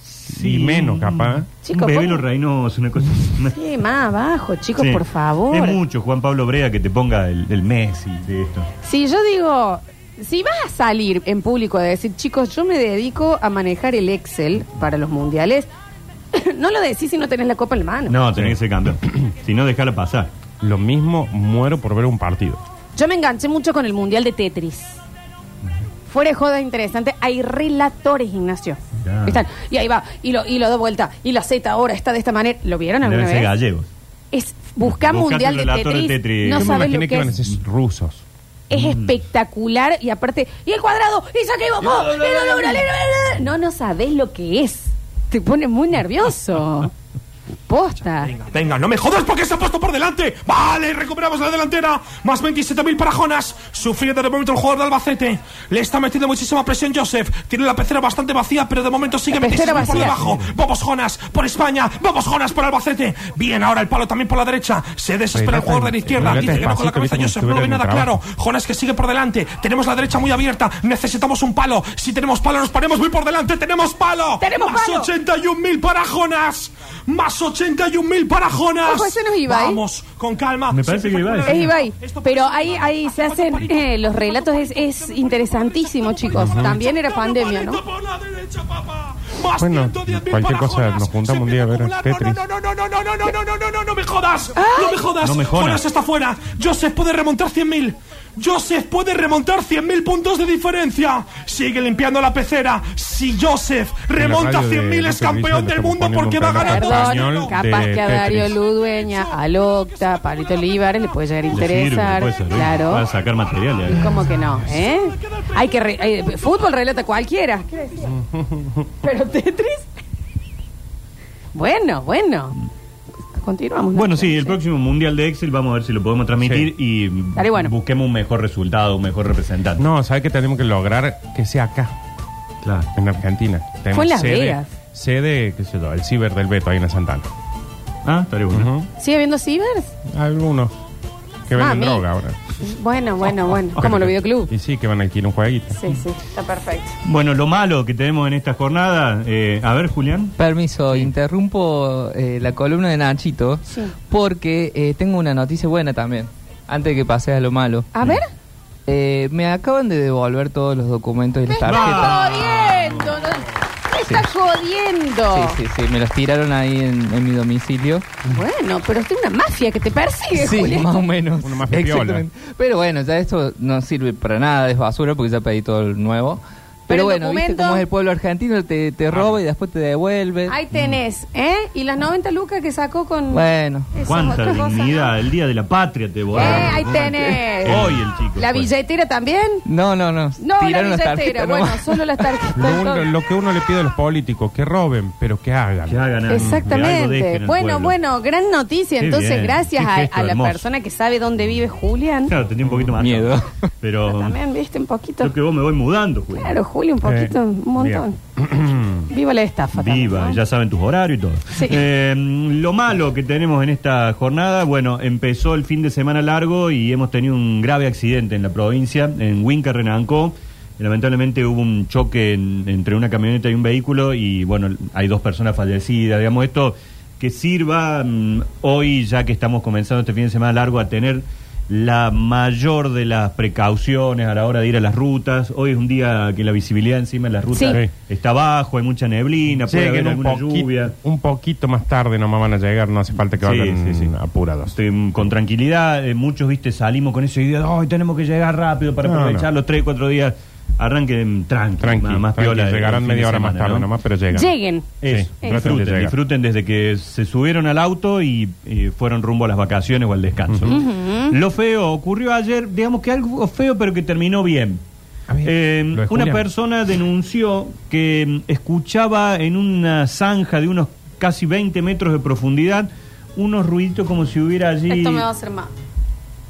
[SPEAKER 5] Sí.
[SPEAKER 4] y menos capaz.
[SPEAKER 1] Chico,
[SPEAKER 5] un bebé
[SPEAKER 1] ¿cómo?
[SPEAKER 5] lo Reynoso, una cosa. una-
[SPEAKER 1] Sí, más abajo, chicos,
[SPEAKER 5] Sí.
[SPEAKER 1] por favor.
[SPEAKER 5] Es mucho, Juan Pablo Brea, que te ponga el, el Messi de esto.
[SPEAKER 1] Si yo digo, si vas a salir en público a decir, chicos, yo me dedico a manejar el Excel para los mundiales, no lo decís si no tenés la copa en la mano.
[SPEAKER 5] No, tenés que ser campeón. si no, déjala pasar.
[SPEAKER 4] Lo mismo muero por ver un partido.
[SPEAKER 1] Yo me enganché mucho con el mundial de Tetris. Fuera de joda interesante, hay relatores, Ignacio.
[SPEAKER 5] Ya.
[SPEAKER 1] Están, y ahí va, y lo, y lo da vuelta, y la Z ahora está de esta manera. ¿Lo vieron alguna
[SPEAKER 5] Deben ser
[SPEAKER 1] vez?
[SPEAKER 5] gallegos.
[SPEAKER 1] Es buscar
[SPEAKER 5] Buscate
[SPEAKER 1] mundial
[SPEAKER 5] el
[SPEAKER 1] de
[SPEAKER 5] relator de
[SPEAKER 1] Tetris. No
[SPEAKER 5] Tetris. Yo
[SPEAKER 4] Yo me
[SPEAKER 1] sabes lo
[SPEAKER 4] imaginé
[SPEAKER 1] que
[SPEAKER 4] que iban a
[SPEAKER 1] es.
[SPEAKER 4] ser rusos.
[SPEAKER 1] Es espectacular y aparte. ¡Y el cuadrado! ¡Y se equivocó! ¡Y lo logró! ¡Y lo logró! No, no sabes lo que es. Te pone muy nervioso. Posta.
[SPEAKER 7] Venga, no me jodas porque se ha puesto por delante. Vale, recuperamos la delantera. Más 27.000 para Jonas. Sufriendo de momento el jugador de Albacete. Le está metiendo muchísima presión Joseph. Tiene la pecera bastante vacía, pero de momento sigue
[SPEAKER 1] La pecera
[SPEAKER 7] metiendo por
[SPEAKER 1] vacía.
[SPEAKER 7] debajo. Vamos Jonas por España. Vamos Jonas por Albacete. Bien, ahora el palo también por la derecha. Se desespera el
[SPEAKER 4] Relata-
[SPEAKER 7] jugador de la izquierda.
[SPEAKER 4] relata
[SPEAKER 7] Dice que no con la
[SPEAKER 4] despacito,
[SPEAKER 7] cabeza
[SPEAKER 4] viste,
[SPEAKER 7] Joseph.
[SPEAKER 4] como
[SPEAKER 7] No
[SPEAKER 4] si
[SPEAKER 7] ve
[SPEAKER 4] estuviera
[SPEAKER 7] nada
[SPEAKER 4] en un
[SPEAKER 7] claro. Jonas que sigue por delante. Tenemos la derecha muy abierta. Necesitamos un palo. Si tenemos palo, nos ponemos muy por delante. ¡Tenemos palo!
[SPEAKER 1] ¡Tenemos
[SPEAKER 7] Más
[SPEAKER 1] palo!
[SPEAKER 7] 81.000 para Jonas. Más 81.000 para Jonas.
[SPEAKER 1] Ojo, ese no es Ibai.
[SPEAKER 7] Vamos, con calma.
[SPEAKER 5] Me parece que Ibai.
[SPEAKER 1] Es Ibai. Pero ahí, ahí se hacen eh, los relatos. Es, es interesantísimo, chicos. También era pandemia, ¿no?
[SPEAKER 4] Bueno, cualquier cosa, nos juntamos un día a ver Tetris.
[SPEAKER 7] No, no, no, no, no, no, no, no, no, no, no, no me jodas.
[SPEAKER 1] Ah.
[SPEAKER 7] No me jodas.
[SPEAKER 5] No me jodas.
[SPEAKER 7] Jonas está fuera. Joseph puede remontar 100.000. Joseph puede remontar 100.000 puntos de diferencia. Sigue limpiando la pecera. Si Joseph remonta
[SPEAKER 4] radio de
[SPEAKER 7] 100.000 es
[SPEAKER 4] Lupe
[SPEAKER 7] campeón
[SPEAKER 4] Vilson
[SPEAKER 7] del
[SPEAKER 4] estamos
[SPEAKER 7] mundo
[SPEAKER 4] poniendo
[SPEAKER 7] porque
[SPEAKER 4] un
[SPEAKER 7] va
[SPEAKER 4] programa
[SPEAKER 7] ganando.
[SPEAKER 4] español
[SPEAKER 1] Perdón,
[SPEAKER 4] de
[SPEAKER 1] capaz que a Darío
[SPEAKER 4] Tetris.
[SPEAKER 1] Ludueña, a Locta, a Palito Olivares le puede llegar a
[SPEAKER 5] Le sirve,
[SPEAKER 1] interesar.
[SPEAKER 5] puede servir
[SPEAKER 1] claro.
[SPEAKER 5] Para sacar materiales.
[SPEAKER 1] Y ¿Cómo que no? ¿Eh? Hay que re- hay- fútbol relata cualquiera. ¿Qué decía? Pero Tetris. Bueno, bueno. Continuamos. ¿no?
[SPEAKER 5] Bueno, sí, el próximo Mundial de Excel vamos a ver si lo podemos transmitir y
[SPEAKER 1] Estaría bueno.
[SPEAKER 5] busquemos un mejor resultado, un mejor representante.
[SPEAKER 4] No, ¿sabes que tenemos que lograr? Que sea acá,
[SPEAKER 5] Claro.
[SPEAKER 4] en Argentina. Tenemos
[SPEAKER 1] Fue en Las
[SPEAKER 4] sede,
[SPEAKER 1] Vegas.
[SPEAKER 4] Sede, qué sé yo, el ciber del Beto ahí en Santana.
[SPEAKER 5] Ah, estaría bueno.
[SPEAKER 1] ¿Sigue habiendo cibers?
[SPEAKER 4] Algunos que venden
[SPEAKER 1] Mami.
[SPEAKER 4] droga ahora.
[SPEAKER 1] Bueno, bueno, bueno. Como
[SPEAKER 4] Pero
[SPEAKER 1] los
[SPEAKER 4] que-
[SPEAKER 1] videoclub.
[SPEAKER 4] Y sí, que van a alquilar un jueguito.
[SPEAKER 1] Sí, sí. Está perfecto.
[SPEAKER 5] Bueno, lo malo que tenemos en esta jornada, eh, a ver, Julián.
[SPEAKER 2] Permiso, interrumpo eh, la columna de Nachito
[SPEAKER 1] Sí.
[SPEAKER 2] porque eh, tengo una noticia buena también, antes de que pases a lo malo.
[SPEAKER 1] A ver.
[SPEAKER 2] Eh, me acaban de devolver todos los documentos y las tarjetas.
[SPEAKER 1] jodiendo. no- Me está jodiendo.
[SPEAKER 2] Sí, sí, sí, me los tiraron ahí en, en mi domicilio.
[SPEAKER 1] Bueno, pero es de una mafia que te persigue,
[SPEAKER 2] Sí,
[SPEAKER 1] Julián.
[SPEAKER 2] más o menos.
[SPEAKER 4] Una mafia
[SPEAKER 2] Exactamente. Pero bueno, ya esto no sirve para nada, es basura porque ya pedí todo el nuevo.
[SPEAKER 1] Pero
[SPEAKER 2] Pero,
[SPEAKER 1] el
[SPEAKER 2] bueno,
[SPEAKER 1] documento-
[SPEAKER 2] viste cómo es el pueblo argentino, te, te roba y después te devuelve.
[SPEAKER 1] Ahí tenés, ¿eh? Y las 90 lucas que sacó con...
[SPEAKER 2] Bueno.
[SPEAKER 1] Eso es
[SPEAKER 5] Cuánta
[SPEAKER 1] otra cosa,
[SPEAKER 5] dignidad,
[SPEAKER 1] ¿no?
[SPEAKER 5] el día de la patria te voy
[SPEAKER 1] Eh, ahí tenés.
[SPEAKER 5] Hoy el chico.
[SPEAKER 1] ¿La
[SPEAKER 5] fue.
[SPEAKER 1] billetera también?
[SPEAKER 2] No, no, no.
[SPEAKER 1] No,
[SPEAKER 2] Tiraron
[SPEAKER 1] la
[SPEAKER 2] las
[SPEAKER 1] billetera.
[SPEAKER 2] tarjetas
[SPEAKER 1] Bueno,
[SPEAKER 2] nomás.
[SPEAKER 1] solo las tarjetas.
[SPEAKER 4] Lo, uno- lo que uno le pide a los políticos, que roben, pero que hagan.
[SPEAKER 5] Que hagan algo, que algo dejen
[SPEAKER 1] Exactamente.
[SPEAKER 5] en
[SPEAKER 1] Bueno,
[SPEAKER 5] el pueblo.
[SPEAKER 1] bueno, gran noticia.
[SPEAKER 5] Qué
[SPEAKER 1] Entonces,
[SPEAKER 5] bien,
[SPEAKER 1] gracias
[SPEAKER 5] qué
[SPEAKER 1] a,
[SPEAKER 5] gesto
[SPEAKER 1] a la
[SPEAKER 5] hermoso.
[SPEAKER 1] persona que sabe dónde vive Julián.
[SPEAKER 5] Claro, tenía un poquito más.
[SPEAKER 2] Miedo.
[SPEAKER 5] Pero
[SPEAKER 1] También, viste, un poquito.
[SPEAKER 5] creo que vos me voy mudando, Julián.
[SPEAKER 1] Claro, Julio, un poquito,
[SPEAKER 4] Eh,
[SPEAKER 1] un montón. Viva la estafa. también, ¿eh?
[SPEAKER 5] Viva,
[SPEAKER 1] ¿no?
[SPEAKER 5] ya saben tus horarios y todo.
[SPEAKER 1] Sí.
[SPEAKER 5] Eh, lo malo que tenemos en esta jornada, bueno, empezó el fin de semana largo y hemos tenido un grave accidente en la provincia, en Huinca, Renancó. Lamentablemente hubo un choque en- entre una camioneta y un vehículo y bueno, hay dos personas fallecidas. Digamos, esto que sirva mm, hoy, ya que estamos comenzando este fin de semana largo, a tener la mayor de las precauciones a la hora de ir a las rutas. Hoy es un día que la visibilidad encima de las rutas
[SPEAKER 4] Sí.
[SPEAKER 5] está bajo, hay mucha neblina, puede haber
[SPEAKER 4] Lleguen un,
[SPEAKER 5] alguna
[SPEAKER 4] poquito-
[SPEAKER 5] lluvia.
[SPEAKER 4] un poquito más tarde nomás van a llegar, no hace falta que
[SPEAKER 5] Sí,
[SPEAKER 4] vayan
[SPEAKER 5] sí, sí.
[SPEAKER 4] apurados.
[SPEAKER 5] Este, mm, con tranquilidad, eh, muchos viste salimos con esa idea, hoy tenemos que llegar rápido para
[SPEAKER 4] No,
[SPEAKER 5] aprovechar
[SPEAKER 4] no.
[SPEAKER 5] los 3, 4 días. Arranquen tranqui,
[SPEAKER 4] Tranqui,
[SPEAKER 5] más, más
[SPEAKER 4] tranqui,
[SPEAKER 5] piola el-
[SPEAKER 4] llegarán
[SPEAKER 5] el fin de
[SPEAKER 4] media hora más
[SPEAKER 5] semana,
[SPEAKER 4] tarde
[SPEAKER 5] ¿no?
[SPEAKER 4] nomás, pero llegan.
[SPEAKER 1] Lleguen.
[SPEAKER 5] Eso,
[SPEAKER 4] traten de
[SPEAKER 5] disfruten,
[SPEAKER 4] llegar.
[SPEAKER 5] disfruten desde que se subieron al auto y eh, fueron rumbo a las vacaciones o al descanso. Lo feo ocurrió ayer, digamos que algo feo, pero que terminó bien.
[SPEAKER 4] A ver,
[SPEAKER 5] Eh,
[SPEAKER 4] lo de
[SPEAKER 5] una
[SPEAKER 4] Julián.
[SPEAKER 5] persona denunció que mm, escuchaba en una zanja de unos casi 20 metros de profundidad unos ruiditos como si hubiera allí...
[SPEAKER 1] Esto me va a hacer mal.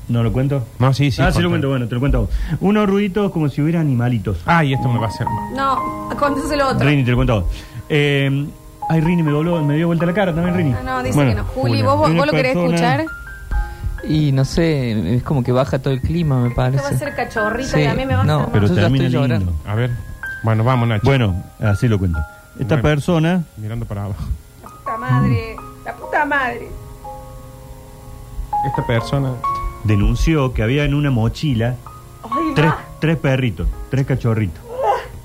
[SPEAKER 5] ¿No lo cuento?
[SPEAKER 4] No, sí, sí,
[SPEAKER 5] Ah, sí lo
[SPEAKER 4] contá.
[SPEAKER 5] cuento, bueno, te lo cuento a vos. Unos ruiditos como si hubiera animalitos.
[SPEAKER 4] Ay, esto me va a hacer mal.
[SPEAKER 1] No, contéselo otro.
[SPEAKER 5] Rini, te lo cuento a vos. Eh, ay, Rini, me, dobló- me dio vuelta la cara también, Rini.
[SPEAKER 1] No, no, dice
[SPEAKER 5] Bueno,
[SPEAKER 1] que no. Juli,
[SPEAKER 5] Julia.
[SPEAKER 1] ¿vos, vos
[SPEAKER 5] Una
[SPEAKER 1] lo querés
[SPEAKER 5] persona-
[SPEAKER 1] escuchar?
[SPEAKER 2] Y no sé, es como que baja todo el clima, me
[SPEAKER 1] Esto va a
[SPEAKER 2] parece.
[SPEAKER 1] ser cachorrito
[SPEAKER 2] Sí,
[SPEAKER 1] y a mí me va a
[SPEAKER 2] no,
[SPEAKER 1] hacer mal.
[SPEAKER 5] Pero
[SPEAKER 2] Yo ya
[SPEAKER 5] termina
[SPEAKER 2] estoy
[SPEAKER 5] lindo.
[SPEAKER 2] llorando.
[SPEAKER 4] A ver, bueno, vamos Nacho.
[SPEAKER 5] Bueno, así lo cuento. Esta
[SPEAKER 4] Bueno.
[SPEAKER 5] persona
[SPEAKER 4] Mirando para abajo.
[SPEAKER 1] La puta madre. La puta madre.
[SPEAKER 4] Esta persona...
[SPEAKER 5] denunció que había en una mochila
[SPEAKER 1] Ay,
[SPEAKER 5] tres,
[SPEAKER 1] va.
[SPEAKER 5] tres perritos, tres cachorritos.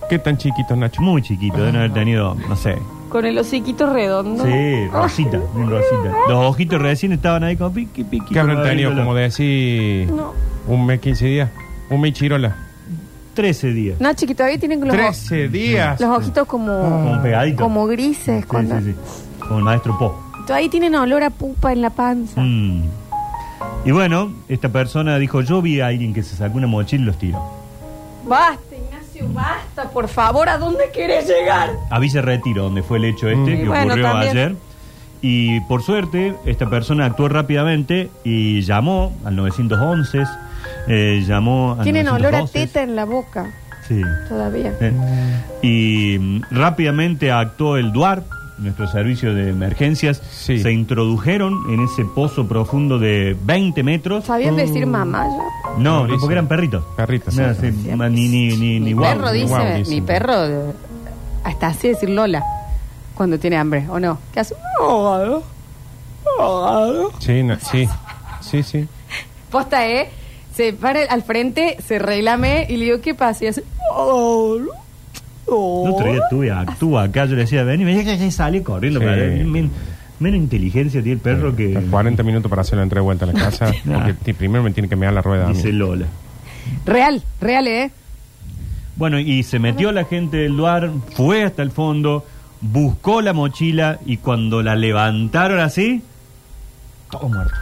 [SPEAKER 4] ¿Qué tan chiquito, Nacho?
[SPEAKER 5] Muy chiquitos, deben haber tenido, no sé.
[SPEAKER 1] Con el hociquito redondo.
[SPEAKER 5] Sí, rosita,
[SPEAKER 1] Ah.
[SPEAKER 5] bien rosita. Los ojitos recién estaban ahí como piqui, piqui.
[SPEAKER 4] ¿Qué habrán tenido?
[SPEAKER 5] abriéndolo.
[SPEAKER 4] Como decir...
[SPEAKER 1] No.
[SPEAKER 4] Un mes, 15 días. Un mes chirola.
[SPEAKER 5] 13 días.
[SPEAKER 1] Nachi, que todavía tienen los, oj-
[SPEAKER 4] 13 días.
[SPEAKER 1] los ojitos como,
[SPEAKER 5] Como pegaditos.
[SPEAKER 1] como grises.
[SPEAKER 5] Sí,
[SPEAKER 1] cuando...
[SPEAKER 5] sí, sí. Como el maestro Po.
[SPEAKER 1] Todavía tienen olor a pupa en la panza.
[SPEAKER 5] Mm. Y bueno, esta persona dijo, yo vi a alguien que se sacó una mochila y los tiró.
[SPEAKER 1] Basta, Ignacio, basta, por favor, ¿a dónde querés llegar?
[SPEAKER 5] A Villa Retiro, donde fue el hecho este
[SPEAKER 1] Y
[SPEAKER 5] que
[SPEAKER 1] Mm. bueno,
[SPEAKER 5] ocurrió
[SPEAKER 1] también.
[SPEAKER 5] ayer. Y por suerte, esta persona actuó rápidamente y llamó al 911. eh, llamó al
[SPEAKER 1] Tienen olor a
[SPEAKER 5] 912.
[SPEAKER 1] teta en la boca
[SPEAKER 5] Sí.
[SPEAKER 1] todavía.
[SPEAKER 5] Eh, Y mm, rápidamente actuó el DUAR, nuestro servicio de emergencias.
[SPEAKER 4] Sí.
[SPEAKER 5] Se introdujeron en ese pozo profundo de 20 metros. Mm.
[SPEAKER 1] ¿Sabían decir mamá ya?
[SPEAKER 5] No,
[SPEAKER 4] Mauricio.
[SPEAKER 5] porque eran perritos.
[SPEAKER 4] Perritos,
[SPEAKER 5] No,
[SPEAKER 4] sí.
[SPEAKER 5] sí, ma- ni, ni, ni, ni
[SPEAKER 1] Mi
[SPEAKER 5] guau,
[SPEAKER 1] perro
[SPEAKER 5] ni
[SPEAKER 1] dice,
[SPEAKER 5] guau.
[SPEAKER 1] mi
[SPEAKER 4] dicen.
[SPEAKER 1] perro, eh, hasta así decir Lola, cuando tiene hambre, ¿o no? ¿Qué hace? Ahogado. Ahogado.
[SPEAKER 4] Sí, no, sí, sí, sí.
[SPEAKER 1] Posta, ¿eh? Se para al frente, se reglame y le digo, ¿qué pasa? Y hace... "Oh,
[SPEAKER 5] El
[SPEAKER 1] oh".
[SPEAKER 5] otro día estuve, actúa acá, yo le decía, ven y me decía que sale corriendo.
[SPEAKER 4] Sí.
[SPEAKER 5] para ver". Men- menos inteligencia tiene el perro que...
[SPEAKER 4] Están 40 minutos para hacer la entrega de vuelta a la casa. porque ti- primero me tiene que mirar la rueda. a mí.
[SPEAKER 5] Dice Lola.
[SPEAKER 1] Real, real, ¿eh?
[SPEAKER 5] Bueno, y se metió la gente del lugar, fue hasta el fondo, buscó la mochila y cuando la levantaron así, todo muerto.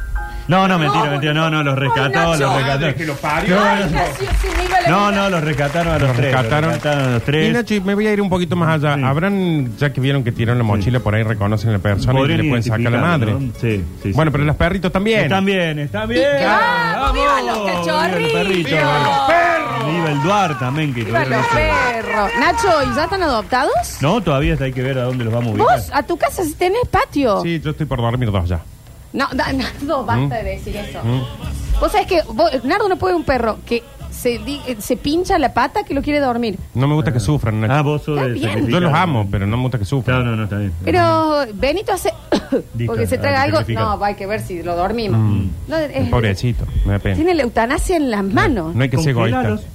[SPEAKER 5] No, no, mentira, mentira, no, no, los rescató,
[SPEAKER 1] Nacho.
[SPEAKER 5] los
[SPEAKER 4] Madre que lo
[SPEAKER 5] rescató.
[SPEAKER 4] parió.
[SPEAKER 5] No, no, No, no, los rescataron a los,
[SPEAKER 4] Los
[SPEAKER 5] tres.
[SPEAKER 4] rescataron.
[SPEAKER 5] Los rescataron a los tres.
[SPEAKER 4] Y Nacho, y me voy a ir un poquito más allá.
[SPEAKER 5] Sí.
[SPEAKER 4] Habrán, ya que vieron que tiraron la mochila, por ahí reconocen a la persona y
[SPEAKER 5] Podrían
[SPEAKER 4] le pueden sacar la madre.
[SPEAKER 5] identificarlo, ¿no? Sí, sí, sí.
[SPEAKER 4] Bueno, pero los perritos también.
[SPEAKER 5] Están bien, están bien.
[SPEAKER 1] que vamos, viva los
[SPEAKER 5] Eh, el
[SPEAKER 1] cachorritos.
[SPEAKER 5] perrito.
[SPEAKER 1] Viva los
[SPEAKER 5] Viva el Duar también. Que
[SPEAKER 1] Viva
[SPEAKER 5] todavía
[SPEAKER 1] los
[SPEAKER 5] no sé.
[SPEAKER 1] perros. Nacho, ¿y ya están adoptados?
[SPEAKER 5] No, todavía hay que ver a dónde los vamos a ubicar.
[SPEAKER 1] Vos, a tu casa, si tenés patio.
[SPEAKER 4] Sí, yo estoy por dormir dos ya.
[SPEAKER 1] No, da- Nardo,
[SPEAKER 5] ¿Mm?
[SPEAKER 1] basta de decir eso. Vos sabés que vos- Nardo no puede un perro que se, di- eh, se pincha la pata que lo quiere dormir.
[SPEAKER 4] No me gusta que sufran, Nacho.
[SPEAKER 5] Ah, vos sos
[SPEAKER 1] Está
[SPEAKER 5] de
[SPEAKER 1] bien.
[SPEAKER 5] sacrificar.
[SPEAKER 4] yo los amo, pero no me gusta que sufran.
[SPEAKER 5] No, no, no, está bien.
[SPEAKER 1] Pero Benito hace... porque se traga
[SPEAKER 5] ah,
[SPEAKER 1] algo...
[SPEAKER 5] sacrifica.
[SPEAKER 1] No, hay que ver si lo dormimos.
[SPEAKER 5] Mm.
[SPEAKER 1] No, es-
[SPEAKER 4] Pobrecito, me da pena.
[SPEAKER 1] Eh, tiene la eutanasia en las manos.
[SPEAKER 4] No hay que ser egoísta.
[SPEAKER 5] Congelalos.